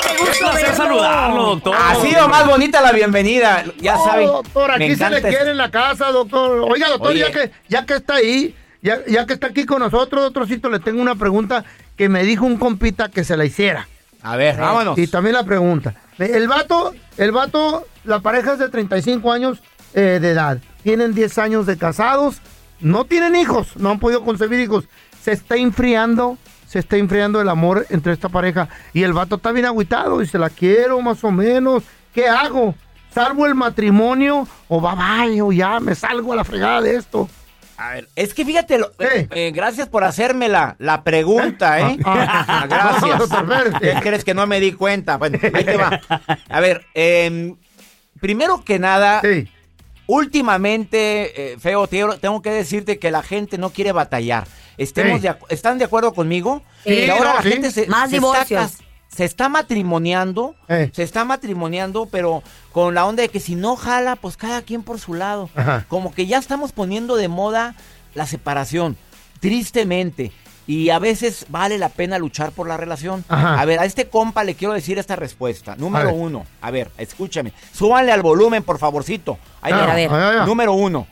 Speaker 7: Qué gusto
Speaker 3: verlo.
Speaker 7: saludarlo, doctor.
Speaker 22: Ha sido más bonita la bienvenida. Ya
Speaker 3: No,
Speaker 22: saben.
Speaker 3: Oh, Doctor,
Speaker 22: me
Speaker 3: aquí se
Speaker 22: encanta este.
Speaker 3: le quiere en la casa, doctor. Oiga, doctor,
Speaker 22: Oye.
Speaker 3: ya que ya que está ahí, ya, ya que está aquí con nosotros, doctorcito, le tengo una pregunta que me dijo un compita que se la hiciera.
Speaker 22: A ver, vámonos.
Speaker 3: Y también la pregunta. El vato, el vato, la pareja es de 35 años eh, de edad. Tienen 10 años de casados. No tienen hijos. No han podido concebir hijos. Se está enfriando. Se está enfriando el amor entre esta pareja. Y el vato está bien agüitado. Dice, la quiero más o menos. ¿Qué hago? salvo el matrimonio o bye bye o ya me salgo a la fregada de esto.
Speaker 22: A ver, es que fíjate, lo- eh, eh, gracias por hacérmela la pregunta, ¿eh? <laughs>
Speaker 3: Ah, <laughs>
Speaker 22: gracias. ¿Qué crees que no me di cuenta? Bueno, ahí te va. A ver, eh, primero que nada, últimamente, eh, Feo, te- tengo que decirte que la gente no quiere batallar. Estemos
Speaker 4: Sí.
Speaker 22: de acu- ¿Están de acuerdo conmigo?
Speaker 4: Sí,
Speaker 22: Que ahora
Speaker 4: no,
Speaker 22: la
Speaker 4: sí.
Speaker 22: gente se,
Speaker 4: Más
Speaker 22: se
Speaker 4: divorcios.
Speaker 22: está cas- se está matrimoniando,
Speaker 3: Eh.
Speaker 22: se está matrimoniando, pero con la onda de que si no jala, pues cada quien por su lado.
Speaker 3: Ajá.
Speaker 22: Como que ya estamos poniendo de moda la separación, tristemente. Y a veces vale la pena luchar por la relación.
Speaker 3: Ajá.
Speaker 22: A ver, a este compa le quiero decir esta respuesta. Número
Speaker 3: ver.
Speaker 22: uno. A ver, escúchame. Súbanle al volumen, por favorcito. Ahí
Speaker 3: Ah,
Speaker 22: va.
Speaker 3: a ver. Ahí va.
Speaker 22: Número uno.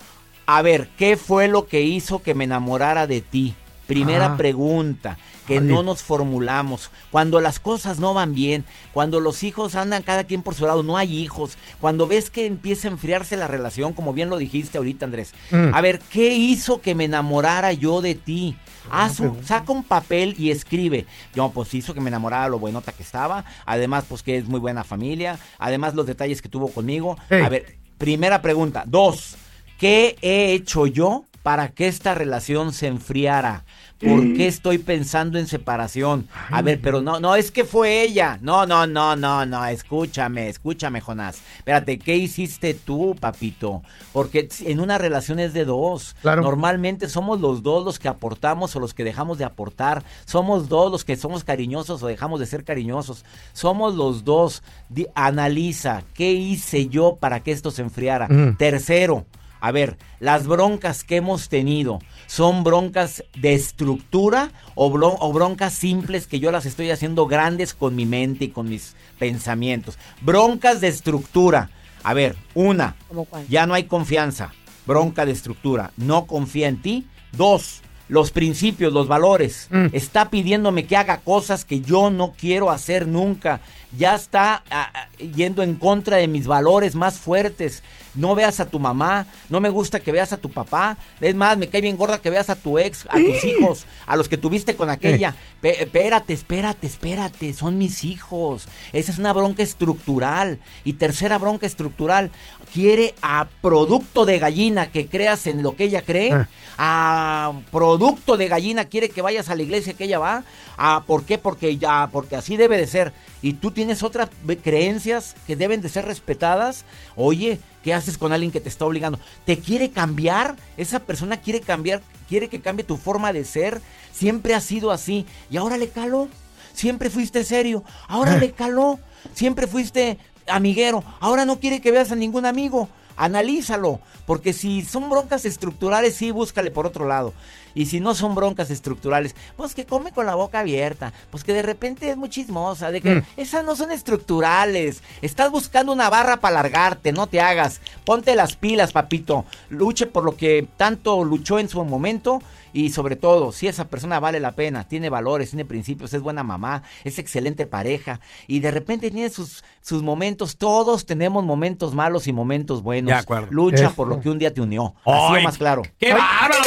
Speaker 22: A ver, ¿qué fue lo que hizo que me enamorara de ti? Primera
Speaker 3: Ah.
Speaker 22: pregunta que
Speaker 3: Ay.
Speaker 22: no nos formulamos. Cuando las cosas no van bien, cuando los hijos andan cada quien por su lado, no hay hijos. Cuando ves que empieza a enfriarse la relación, como bien lo dijiste ahorita, Andrés.
Speaker 5: Mm.
Speaker 22: A ver, ¿qué hizo que me enamorara yo de ti?
Speaker 3: Ah,
Speaker 22: Haz un- saca un papel y escribe. Yo, pues hizo que me enamorara lo buenota que estaba. Además, pues que es muy buena familia. Además, los detalles que tuvo conmigo.
Speaker 3: Ey.
Speaker 22: A ver, primera pregunta. Dos, ¿qué he hecho yo para que esta relación se enfriara? ¿Por qué estoy pensando en separación? A ver, pero no, no, es que fue ella. No, no, no, no, no, escúchame, escúchame, Jonás. Espérate, ¿qué hiciste tú, papito? Porque en una relación es de dos. Normalmente somos los dos los que aportamos o los que dejamos de aportar. Somos dos los que somos cariñosos o dejamos de ser cariñosos. Somos los dos. Di- analiza, ¿qué hice yo para que esto se enfriara?
Speaker 5: Mm.
Speaker 22: Tercero, a ver, las broncas que hemos tenido, ¿son broncas de estructura o, bro- o broncas simples que yo las estoy haciendo grandes con mi mente y con mis pensamientos? Broncas de estructura. A ver, una,
Speaker 4: ¿Cómo cuál?
Speaker 22: ya no hay confianza, bronca de estructura, no confía en ti. Dos, los principios, los valores. Está pidiéndome que haga cosas que yo no quiero hacer nunca. Ya está ah, ah, yendo en contra de mis valores más fuertes. No veas a tu mamá, no me gusta que veas a tu papá. Es más, me cae bien gorda que veas a tu ex, a tus hijos, a los que tuviste con aquella. Pe- espérate, espérate, espérate, son mis hijos. Esa es una bronca estructural. Y tercera bronca estructural, quiere a producto de gallina que creas en lo que ella cree.
Speaker 5: Ah.
Speaker 22: A producto de gallina quiere que vayas a la iglesia que ella va. A, ¿Por qué? Porque, ya, porque así debe de ser. Y tú tienes otras ve- creencias que deben de ser respetadas. Oye, ¿qué haces con alguien que te está obligando? ¿Te quiere cambiar? Esa persona quiere cambiar, quiere que cambie tu forma de ser. Siempre ha sido así. Y ahora le caló. Siempre fuiste serio. Ahora le caló. Siempre fuiste amiguero. Ahora no quiere que veas a ningún amigo. Analízalo. Porque si son broncas estructurales, sí, búscale por otro lado. Y si no son broncas estructurales, pues que come con la boca abierta. Pues que de repente es muy chismosa. De que
Speaker 5: Mm.
Speaker 22: esas no son estructurales. Estás buscando una barra para largarte. No te hagas. Ponte las pilas, papito. Luche por lo que tanto luchó en su momento. Y sobre todo, si esa persona vale la pena, tiene valores, tiene principios, es buena mamá, es excelente pareja y de repente tiene sus, sus momentos, todos tenemos momentos malos y momentos buenos.
Speaker 2: De acuerdo.
Speaker 22: Lucha
Speaker 2: Eso.
Speaker 22: por lo que un día te unió. Así o
Speaker 2: ¡Ay!
Speaker 22: más claro.
Speaker 2: ¡Qué bárbaro!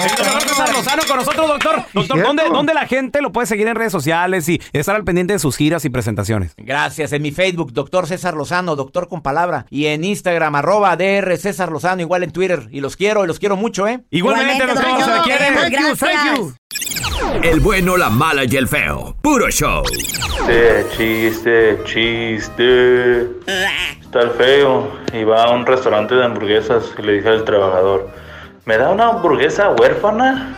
Speaker 2: El doctor César Lozano con nosotros, doctor. Doctor, ¿dónde, ¿dónde la gente lo puede seguir en redes sociales y estar al pendiente de sus giras y presentaciones?
Speaker 22: Gracias. En mi Facebook, doctor César Lozano, doctor con palabra. Y en Instagram, arroba DR César Lozano, igual en Twitter. Y los quiero, y los quiero mucho, ¿eh?
Speaker 2: Igualmente, Igualmente, doctor, doctor. se le quiere. Thank you, thank you.
Speaker 23: El bueno, la mala y el feo. Puro show.
Speaker 8: Chiste, chiste, chiste. Está el feo y va a un restaurante de hamburguesas y le dije al trabajador, ¿me da una hamburguesa huérfana?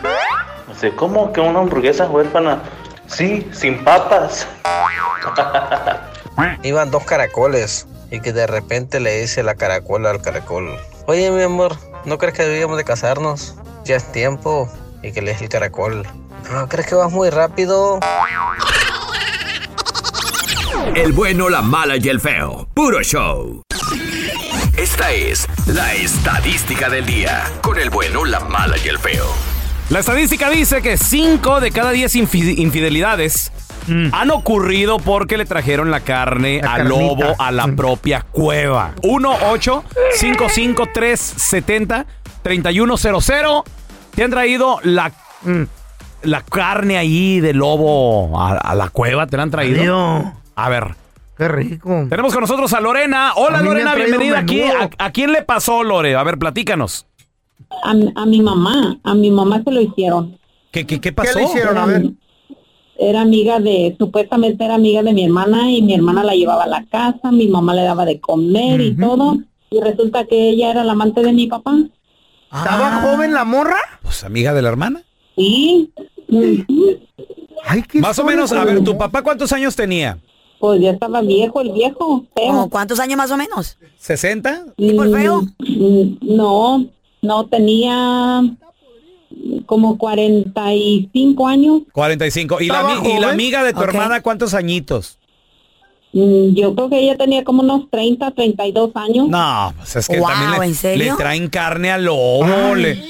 Speaker 8: Dice, ¿cómo que una hamburguesa huérfana? Sí, sin papas. <laughs>
Speaker 9: Iban dos caracoles y que de repente le dice la caracola al caracol. Oye mi amor, ¿no crees que deberíamos de casarnos? Ya es tiempo. Y que le dice el caracol. No, ¿crees que vas muy rápido?
Speaker 23: El bueno, la mala y el feo. Puro show. Esta es la estadística del día. Con el bueno, la mala y el feo.
Speaker 2: La estadística dice que 5 de cada 10 infi- infidelidades han ocurrido porque le trajeron la carne
Speaker 24: carnita.
Speaker 2: al lobo a la propia cueva. 1 8 55 370 3100 Te han traído la, mm, la carne ahí de lobo a, a la cueva, te la han traído.
Speaker 3: Adiós.
Speaker 2: A ver,
Speaker 3: Qué rico.
Speaker 2: Tenemos con nosotros a Lorena. Hola,
Speaker 3: A mí me
Speaker 2: Lorena,
Speaker 3: han traído
Speaker 2: bienvenida aquí.
Speaker 3: menudo.
Speaker 2: ¿A, a quién le pasó, Lore? A ver, platícanos.
Speaker 5: A, a mi mamá, a mi mamá se lo hicieron.
Speaker 2: ¿Qué, qué, qué pasó?
Speaker 5: Era amiga de, supuestamente era amiga de mi hermana y mi hermana la llevaba a la casa, mi mamá le daba de comer y todo. Y resulta que ella era la amante de mi papá.
Speaker 3: ¿Estaba
Speaker 4: Ah.
Speaker 3: joven la morra?
Speaker 2: Pues amiga de la hermana.
Speaker 5: Sí. Ujú.
Speaker 2: Más o menos, a ver, ¿tu papá cuántos años tenía?
Speaker 5: Pues ya estaba viejo el viejo. Mm,
Speaker 4: ¿Cuántos años más o menos?
Speaker 2: ¿60?
Speaker 4: por feo?
Speaker 5: No, no tenía como 45 años.
Speaker 2: 45. ¿Y la,
Speaker 5: Estaba
Speaker 2: ami- y la
Speaker 5: joven.
Speaker 2: amiga de tu
Speaker 5: Ok.
Speaker 2: hermana cuántos añitos?
Speaker 5: Mm, Yo creo que ella tenía como unos 30, 32 años.
Speaker 2: No, pues es que
Speaker 5: Wow,
Speaker 2: también le,
Speaker 5: ¿en serio?
Speaker 2: le traen carne al lobo. le-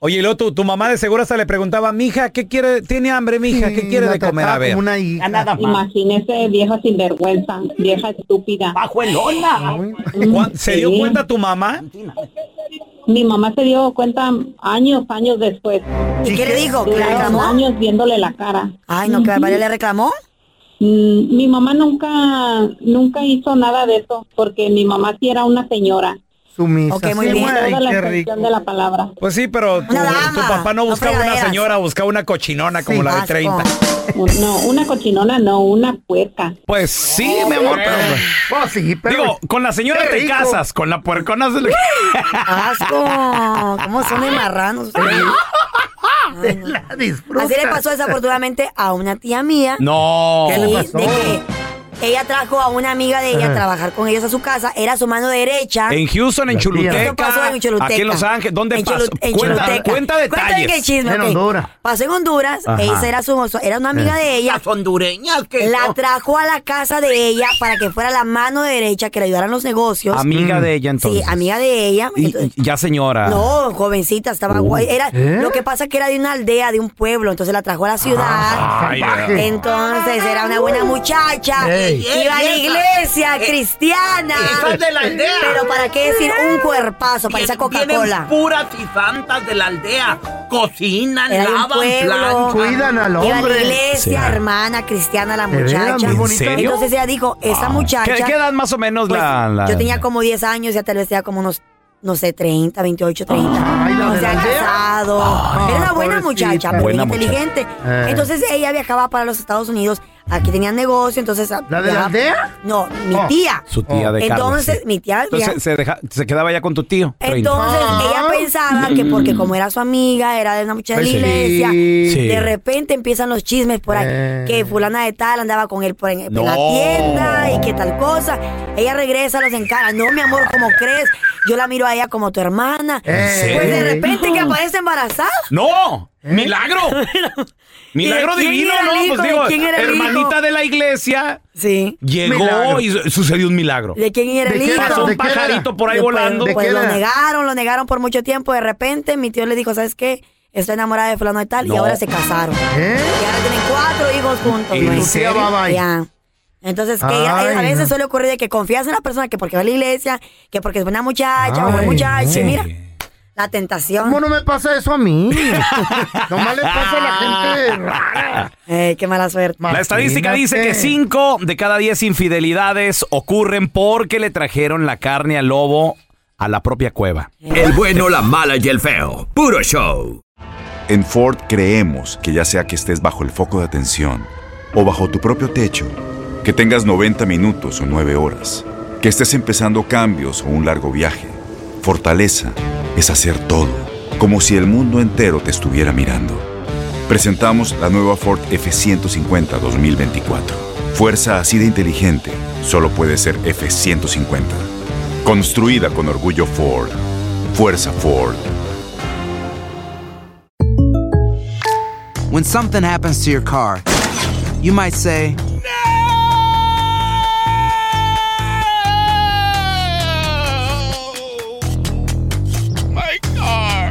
Speaker 2: Oye, y luego tu, tu mamá de seguro hasta le preguntaba, mija, ¿qué quiere? ¿Tiene hambre, mija? ¿Qué quiere de comer? A ver.
Speaker 3: hija.
Speaker 5: Imagínese, vieja sinvergüenza, vieja estúpida.
Speaker 2: ¡Pajuelona!
Speaker 5: Mm,
Speaker 2: ¿Se dio
Speaker 5: sí.
Speaker 2: cuenta tu mamá?
Speaker 5: Mi mamá se dio cuenta años, años después.
Speaker 4: ¿Y qué le dijo? ¿Que la
Speaker 5: Duraron
Speaker 4: reclamó?
Speaker 5: años viéndole la cara. Mm,
Speaker 4: Ay, no, qué barbaridad, ¿le reclamó?
Speaker 5: Mi mamá nunca, nunca hizo nada de eso, porque mi mamá sí era una señora.
Speaker 3: Sumisa. Sí, güey,
Speaker 5: Toda la
Speaker 3: qué
Speaker 5: extensión de la palabra.
Speaker 2: Pues sí, pero tu, tu papá no buscaba una señora, buscaba una cochinona como la de 30.
Speaker 5: No, una cochinona no, una puerca.
Speaker 2: Pues sí, mi amor, pero... pues,
Speaker 3: Pues
Speaker 2: Digo, con la señora
Speaker 5: qué
Speaker 2: te
Speaker 5: rico.
Speaker 2: casas, con la puercona
Speaker 5: <laughs>
Speaker 2: se le... <laughs>
Speaker 4: ¡Asco! ¿Cómo son de marranos?
Speaker 7: <laughs>
Speaker 4: ustedes? Ay, no. Así le pasó desafortunadamente a una tía mía.
Speaker 2: No.
Speaker 4: Sí, de que ella trajo a una amiga de ella a
Speaker 2: Ajá.
Speaker 4: trabajar con ellos a su casa. Era su mano derecha.
Speaker 2: En Houston, en
Speaker 4: Esto
Speaker 2: Choluteca,
Speaker 4: pasó en Choluteca.
Speaker 2: aquí en Los Ángeles, ¿dónde
Speaker 4: En
Speaker 2: pasó?
Speaker 4: Cholu- en
Speaker 2: Cuenta-
Speaker 4: Choluteca.
Speaker 2: cuenta detalles.
Speaker 4: que el chisme,
Speaker 2: En
Speaker 4: ok.
Speaker 2: Honduras.
Speaker 4: Pasó en Honduras.
Speaker 2: Ajá.
Speaker 4: Esa era, su, era una amiga
Speaker 2: Eh.
Speaker 4: de ella. Las hondureñas. Que la trajo a la casa de ella para que fuera la mano derecha que le ayudara en los negocios. Mm.
Speaker 2: Amiga de ella, entonces.
Speaker 4: Sí, amiga de ella.
Speaker 2: Y- y ya señora.
Speaker 4: No, jovencita, estaba
Speaker 2: Ah. Uy.
Speaker 4: guay. Era,
Speaker 2: ¿Eh?
Speaker 4: Lo que pasa que era de una aldea, de un pueblo, entonces la trajo a la ciudad.
Speaker 2: Ay, salvaje.
Speaker 4: entonces era una buena muchacha.
Speaker 7: Ey.
Speaker 4: Iba a la
Speaker 7: Ey, esa.
Speaker 4: iglesia
Speaker 7: Eh,
Speaker 4: cristiana.
Speaker 7: esa es de la aldea.
Speaker 4: Pero para qué decir un cuerpazo, para esa
Speaker 13: Vienen
Speaker 4: Coca-Cola.
Speaker 13: puras y santas de la aldea. Cocinan,
Speaker 4: Era de un
Speaker 13: lavan,
Speaker 4: pueblo.
Speaker 13: planchan.
Speaker 4: Iba a la iglesia, hermana cristiana, la
Speaker 2: ¿De veras?
Speaker 4: muchacha.
Speaker 2: ¿En serio?
Speaker 4: Entonces ella dijo, esa muchacha.
Speaker 2: ¿Qué, qué edad más o menos la, la-
Speaker 4: Pues, Yo tenía como 10 años, ya tal vez tenía como unos, no sé, 30, 28, 30. no se ha casado. Era una buena muchacha, pero
Speaker 2: Buena
Speaker 4: bien
Speaker 2: muchacha.
Speaker 4: inteligente.
Speaker 2: Eh.
Speaker 4: Entonces ella viajaba para los Estados Unidos. Aquí tenía negocio, entonces... ¿La
Speaker 2: de la aldea?
Speaker 4: No, mi
Speaker 2: Oh.
Speaker 4: tía.
Speaker 2: Su tía de Carlos,
Speaker 4: Entonces,
Speaker 2: sí.
Speaker 4: mi tía...
Speaker 2: Entonces se, deja- se quedaba ya con tu tío. Reina.
Speaker 4: Entonces
Speaker 2: Ah.
Speaker 13: Ah.
Speaker 4: eh, ella pensaba que porque como era su amiga, era de una muchacha de
Speaker 2: Pues
Speaker 4: la
Speaker 2: sí.
Speaker 4: iglesia,
Speaker 2: Sí.
Speaker 4: de repente empiezan los chismes por ahí,
Speaker 2: Eh.
Speaker 4: que fulana de tal andaba con él por en, en la
Speaker 2: No.
Speaker 4: tienda y que tal cosa. Ella regresa, los encara, no mi amor, ¿cómo crees? Yo la miro a ella como tu hermana.
Speaker 2: ¿En
Speaker 4: Pues de
Speaker 2: serio?
Speaker 4: repente que aparece embarazada.
Speaker 2: ¡No! ¡Milagro!
Speaker 4: <laughs> ¿Y
Speaker 2: ¡Milagro
Speaker 4: ¿Eh? de quién
Speaker 2: divino!
Speaker 4: era el
Speaker 2: No,
Speaker 4: hijo?
Speaker 2: pues
Speaker 4: ¿De
Speaker 2: digo,
Speaker 4: quién era el
Speaker 2: hermanita
Speaker 4: hijo?
Speaker 2: de la iglesia.
Speaker 4: Sí.
Speaker 2: Llegó
Speaker 4: Milagro.
Speaker 2: y su- sucedió un milagro.
Speaker 4: ¿De quién era
Speaker 2: ¿De
Speaker 4: el
Speaker 2: qué
Speaker 4: hijo?
Speaker 2: era? Pasó un ¿De qué era? pajarito por ahí
Speaker 4: Pues,
Speaker 2: volando. ¿De
Speaker 4: Pues,
Speaker 2: qué
Speaker 4: lo
Speaker 2: era?
Speaker 4: negaron, lo negaron por mucho tiempo. De repente mi tío le dijo, ¿sabes qué? Estoy enamorada de fulano de tal
Speaker 2: No.
Speaker 4: y ahora se casaron. Y ahora tienen cuatro hijos juntos.
Speaker 2: ¿En
Speaker 4: güey.
Speaker 2: serio?
Speaker 4: Ya. Entonces, que
Speaker 2: Ay,
Speaker 4: a- a veces
Speaker 2: no.
Speaker 4: suele ocurrir de que confías en la persona que porque va a la iglesia, que porque es buena muchacha, o
Speaker 3: Ay,
Speaker 4: buena muchacha,
Speaker 3: sí.
Speaker 4: y mira, la tentación.
Speaker 3: ¿Cómo no me pasa eso
Speaker 4: <laughs>
Speaker 3: a mí? Nomás le pasa a la gente
Speaker 4: Ah. Ey, qué mala suerte.
Speaker 2: La estadística dice que
Speaker 4: Imagínate.
Speaker 2: 5 de cada 10 infidelidades ocurren porque le trajeron la carne al lobo a la propia cueva.
Speaker 6: Eh,
Speaker 23: El bueno, la mala y el feo. Puro show.
Speaker 18: En Ford creemos que ya sea que estés bajo el foco de atención o bajo tu propio techo, que tengas 90 minutos o 9 horas, que estés empezando cambios o un largo viaje, fortaleza es hacer todo, como si el mundo entero te estuviera mirando. Presentamos la nueva Ford F150 2024. Fuerza así de inteligente solo puede ser F150. Construida con orgullo Ford. Fuerza Ford.
Speaker 19: When something happens to your car, you might say,
Speaker 10: My car.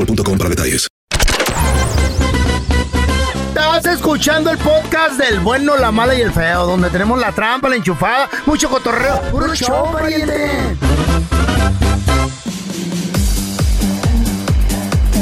Speaker 1: para detalles.
Speaker 3: Estás escuchando el podcast del bueno, la mala y el feo, donde tenemos la trampa, la enchufada, mucho cotorreo. ¡Puro show, pariente!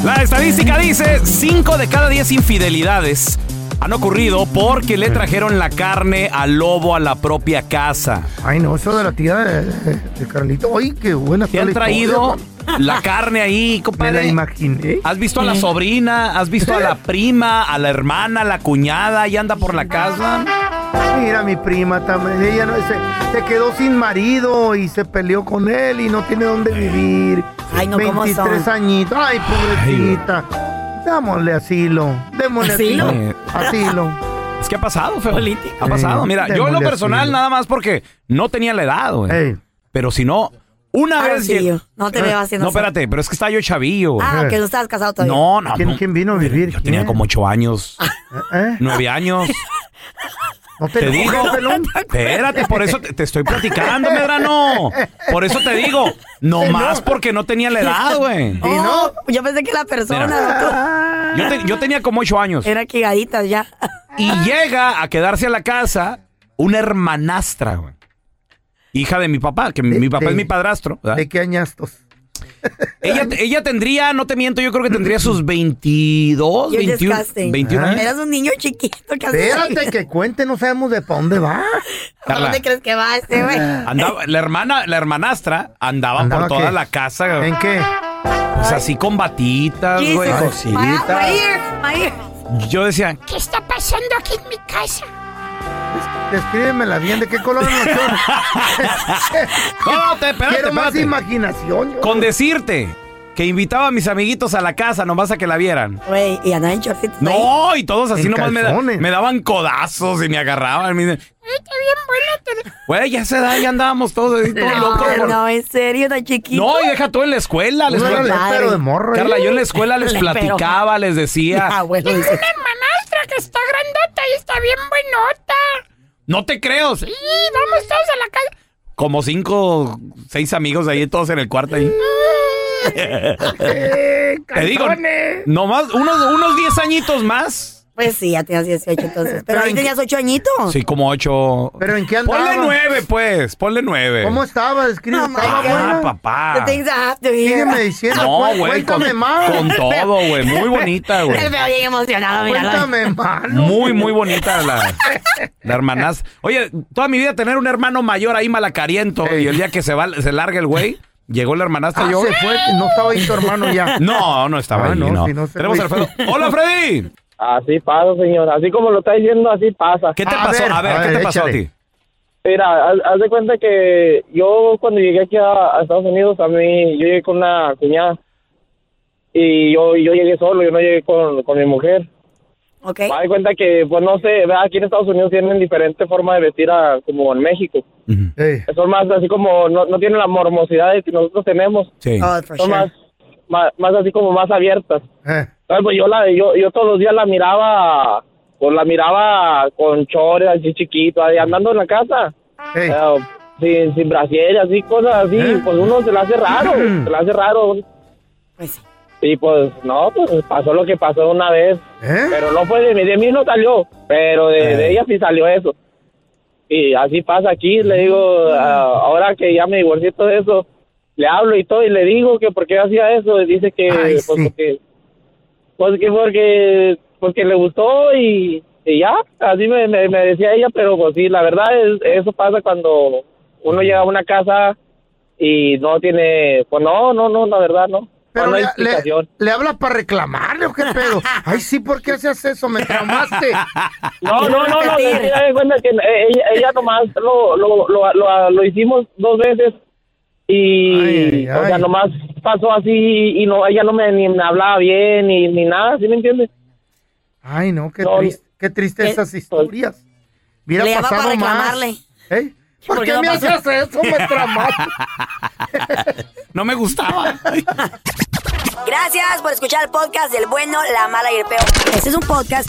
Speaker 2: La estadística dice 5 de cada 10 infidelidades han ocurrido porque
Speaker 3: Eh.
Speaker 2: le trajeron la carne al lobo a la propia casa.
Speaker 3: Ay, no, eso de la tía de, de Carlito. Ay, qué buena
Speaker 2: Te
Speaker 3: está
Speaker 2: han
Speaker 3: la
Speaker 2: traído
Speaker 3: historia,
Speaker 2: la carne ahí,
Speaker 3: <laughs>
Speaker 2: compadre.
Speaker 3: Me la imaginé.
Speaker 2: ¿Has visto a la sobrina? ¿Has
Speaker 3: <laughs>
Speaker 2: visto a la prima? ¿A la hermana? ¿A la cuñada? Y anda por la casa.
Speaker 3: Mira, mi prima también. Ella no, se, se quedó sin marido y se peleó con él y no tiene dónde vivir.
Speaker 4: Ay, no, ¿cómo son?
Speaker 3: 23 añitos. Ay, pobrecita. Dámosle asilo. Démosle
Speaker 2: ¿Asilo?
Speaker 3: asilo. Asilo.
Speaker 2: Es que ha pasado, feo. Ha
Speaker 3: Eh,
Speaker 2: pasado. Mira, yo en lo
Speaker 3: démosle
Speaker 2: personal,
Speaker 3: asilo.
Speaker 2: nada más porque no tenía la edad, güey. Pero si no, una
Speaker 4: Ahora
Speaker 2: vez.
Speaker 4: Ah, sí,
Speaker 2: lleg-
Speaker 4: yo. No te veo haciendo
Speaker 2: No,
Speaker 4: eso.
Speaker 2: espérate, pero es que estaba yo chavillo. güey.
Speaker 4: Ah, que no estabas casado todavía. Ah.
Speaker 2: No, no.
Speaker 3: ¿Quién,
Speaker 2: no.
Speaker 3: quién vino a vivir?
Speaker 2: Yo tenía como ocho años,
Speaker 3: ¿Eh?
Speaker 2: nueve años.
Speaker 3: <laughs> No
Speaker 2: te
Speaker 3: enojes,
Speaker 2: digo.
Speaker 3: pelón.
Speaker 2: Espérate, por eso te, te estoy platicando, Medrano. Por eso te digo, nomás porque no tenía la edad, güey.
Speaker 4: Oh, yo pensé que la persona,
Speaker 2: Yo, te- yo tenía como ocho años.
Speaker 4: tú. Era quigaditas ya.
Speaker 2: Y
Speaker 3: Ah.
Speaker 2: llega a quedarse a la casa una hermanastra, güey. Hija de mi papá, que mi, mi papá
Speaker 3: de-
Speaker 2: es mi padrastro. ¿verdad?
Speaker 3: ¿De qué añastos?
Speaker 2: Ella, ella tendría, no te miento, yo creo que tendría sus 22,
Speaker 4: Yo
Speaker 2: 21, 21 años.
Speaker 4: Eras un niño chiquito. que hacía-
Speaker 3: Espérate que cuente, no sabemos de para dónde va.
Speaker 4: ¿A dónde
Speaker 2: Carla,
Speaker 4: crees que va este, güey?
Speaker 2: andaba- la hermana, la hermanastra andaba,
Speaker 3: ¿Andaba
Speaker 2: por toda
Speaker 3: qué?
Speaker 2: la casa. güey.
Speaker 3: ¿En qué?
Speaker 2: Pues así con batitas,
Speaker 4: Jesus,
Speaker 2: güey,
Speaker 4: my- my
Speaker 2: cositas.
Speaker 4: ear, my ear.
Speaker 2: Yo decía,
Speaker 7: ¿Qué está pasando aquí en mi casa?
Speaker 3: Descríbemela bien, ¿de qué color es la
Speaker 2: <laughs> No, te, espérate,
Speaker 3: Quiero más
Speaker 2: espérate.
Speaker 3: imaginación. yo.
Speaker 2: con decirte que invitaba a mis amiguitos a la casa nomás a que la vieran.
Speaker 4: Güey, y andaba en chorcitos.
Speaker 2: No, y todos así
Speaker 3: En
Speaker 2: nomás me, da-
Speaker 3: calzones.
Speaker 2: me daban codazos y me agarraban. y me dicen, "Eh, Güey, ya se da, ya andábamos todos así, todos locos.
Speaker 4: No,
Speaker 2: por-
Speaker 4: no, en serio, tan chiquito.
Speaker 2: No, y deja tú en la escuela. Les
Speaker 3: No,
Speaker 2: plat-
Speaker 3: le- pero de morro,
Speaker 2: Carla,
Speaker 3: ¿eh?
Speaker 2: yo en la escuela les
Speaker 4: Le-
Speaker 2: platicaba, les decía.
Speaker 4: Abuelo, dice,
Speaker 7: Manastra que está grandota y está bien buenota.
Speaker 2: No te creo.
Speaker 7: Y vamos todos a la casa.
Speaker 2: Como cinco, seis amigos ahí, todos en el cuarto <laughs> ahí.
Speaker 3: Eh,
Speaker 4: Eh,
Speaker 2: Te digo, nomás unos, unos diez añitos más.
Speaker 4: Pues sí, ya tenías 18 entonces. Pero ahí tenías 8 añitos.
Speaker 2: Sí, como ocho.
Speaker 3: ¿Pero en qué andaba?
Speaker 2: Ponle nueve, pues. Ponle nueve.
Speaker 3: ¿Cómo estaba? Describe.
Speaker 4: No,
Speaker 3: ¿Estaba
Speaker 4: my God.
Speaker 2: Ah,
Speaker 3: buena?
Speaker 4: The
Speaker 2: papá.
Speaker 4: things I have to hear.
Speaker 3: Sígueme diciendo.
Speaker 2: No,
Speaker 3: cu-
Speaker 2: güey, con,
Speaker 3: cuéntame más.
Speaker 2: con todo, güey.
Speaker 3: <laughs>
Speaker 2: Muy bonita, <laughs> güey.
Speaker 4: El feo bien emocionado, mira.
Speaker 3: Cuéntame más.
Speaker 2: Muy, muy bonita la, la hermanaz. Oye, toda mi vida tener un hermano mayor ahí malacariento. Y el día que se va, se larga el güey, llegó la hermanastra
Speaker 3: Ah,
Speaker 2: yo.
Speaker 3: se fue, no estaba ahí tu hermano ya.
Speaker 2: <laughs> No, no estaba
Speaker 3: Ah,
Speaker 2: ahí,
Speaker 3: no,
Speaker 2: no.
Speaker 3: si no se
Speaker 2: Tenemos
Speaker 3: fue.
Speaker 2: al Alfredo.
Speaker 3: <laughs>
Speaker 2: ¡Hola, Freddy!
Speaker 11: Así pasa, señor. Así como lo está diciendo, así pasa.
Speaker 2: ¿Qué te
Speaker 3: A
Speaker 2: pasó?
Speaker 3: ver,
Speaker 2: a ver,
Speaker 3: a
Speaker 2: ¿qué
Speaker 3: ver,
Speaker 2: te pasó a
Speaker 3: échale.
Speaker 2: ti?
Speaker 11: Mira, haz, haz de cuenta que yo cuando llegué aquí a, a Estados Unidos, a mí, yo llegué con una cuñada. Y yo, yo llegué solo, yo no llegué con, con mi mujer.
Speaker 4: Ok.
Speaker 11: Haz de cuenta que, pues no sé, ¿verdad? aquí en Estados Unidos tienen diferente forma de vestir a, como en México.
Speaker 3: Ey,
Speaker 11: Son más así como, no, no tienen la mormosidad que nosotros tenemos.
Speaker 2: Sí.
Speaker 4: Oh, for
Speaker 11: Son más,
Speaker 4: sure.
Speaker 11: más, más así como más abiertas.
Speaker 3: eh.
Speaker 11: Ay, pues yo la yo, yo todos los días la miraba, pues la miraba con chores así chiquito, ahí andando en la casa,
Speaker 3: Ey.
Speaker 11: eh, sin, sin brasier, así cosas así,
Speaker 4: ¿Eh?
Speaker 11: pues uno se le
Speaker 4: <clears throat>
Speaker 11: hace raro, se le hace raro.
Speaker 4: Pues sí.
Speaker 11: Y pues no, pues pasó lo que pasó una vez,
Speaker 3: ¿Eh?
Speaker 11: pero no fue de mí, de mí no salió, pero
Speaker 4: Eh.
Speaker 11: de, de ella sí salió eso. Y así pasa aquí, le digo, ah, ahora que ya me divorcié y todo eso, le hablo y todo y le digo que por qué hacía eso, y dice que
Speaker 3: Ay,
Speaker 11: pues,
Speaker 3: sí.
Speaker 11: porque pues que porque porque le gustó y, y ya, así me, me, me decía ella, pero pues sí, la verdad es eso pasa cuando uno llega a una casa y no tiene, pues no, no, no, la verdad no.
Speaker 3: Pero
Speaker 11: no hay
Speaker 3: le, le-
Speaker 11: explicación.
Speaker 3: le hablas para reclamarle o qué pedo. Ay, sí, ¿por qué haces eso? Me traumaste.
Speaker 11: No, no, no,
Speaker 3: <laughs>
Speaker 11: no,
Speaker 4: repetir.
Speaker 11: es que ya me di cuenta que eh, ella, ella nomás lo, lo, lo, lo, lo hicimos dos veces Y,
Speaker 22: Ay, ay,
Speaker 11: o sea,
Speaker 22: ay.
Speaker 11: nomás pasó así y no, ella no me, ni me hablaba bien ni, ni nada, ¿sí me entiendes?
Speaker 3: Ay, no, qué
Speaker 11: No,
Speaker 3: triste, qué triste
Speaker 11: eh,
Speaker 3: esas historias. Mira,
Speaker 11: Le llama
Speaker 3: pasado
Speaker 11: para
Speaker 3: más.
Speaker 11: reclamarle.
Speaker 3: ¿Eh? ¿Por,
Speaker 7: ¿Por
Speaker 3: qué
Speaker 7: qué no
Speaker 3: me
Speaker 7: pasó?
Speaker 3: haces eso?
Speaker 2: <laughs>
Speaker 3: Me tramaste.
Speaker 2: No me gustaba.
Speaker 4: Gracias por escuchar el podcast del bueno, la mala y el peor. Este es un podcast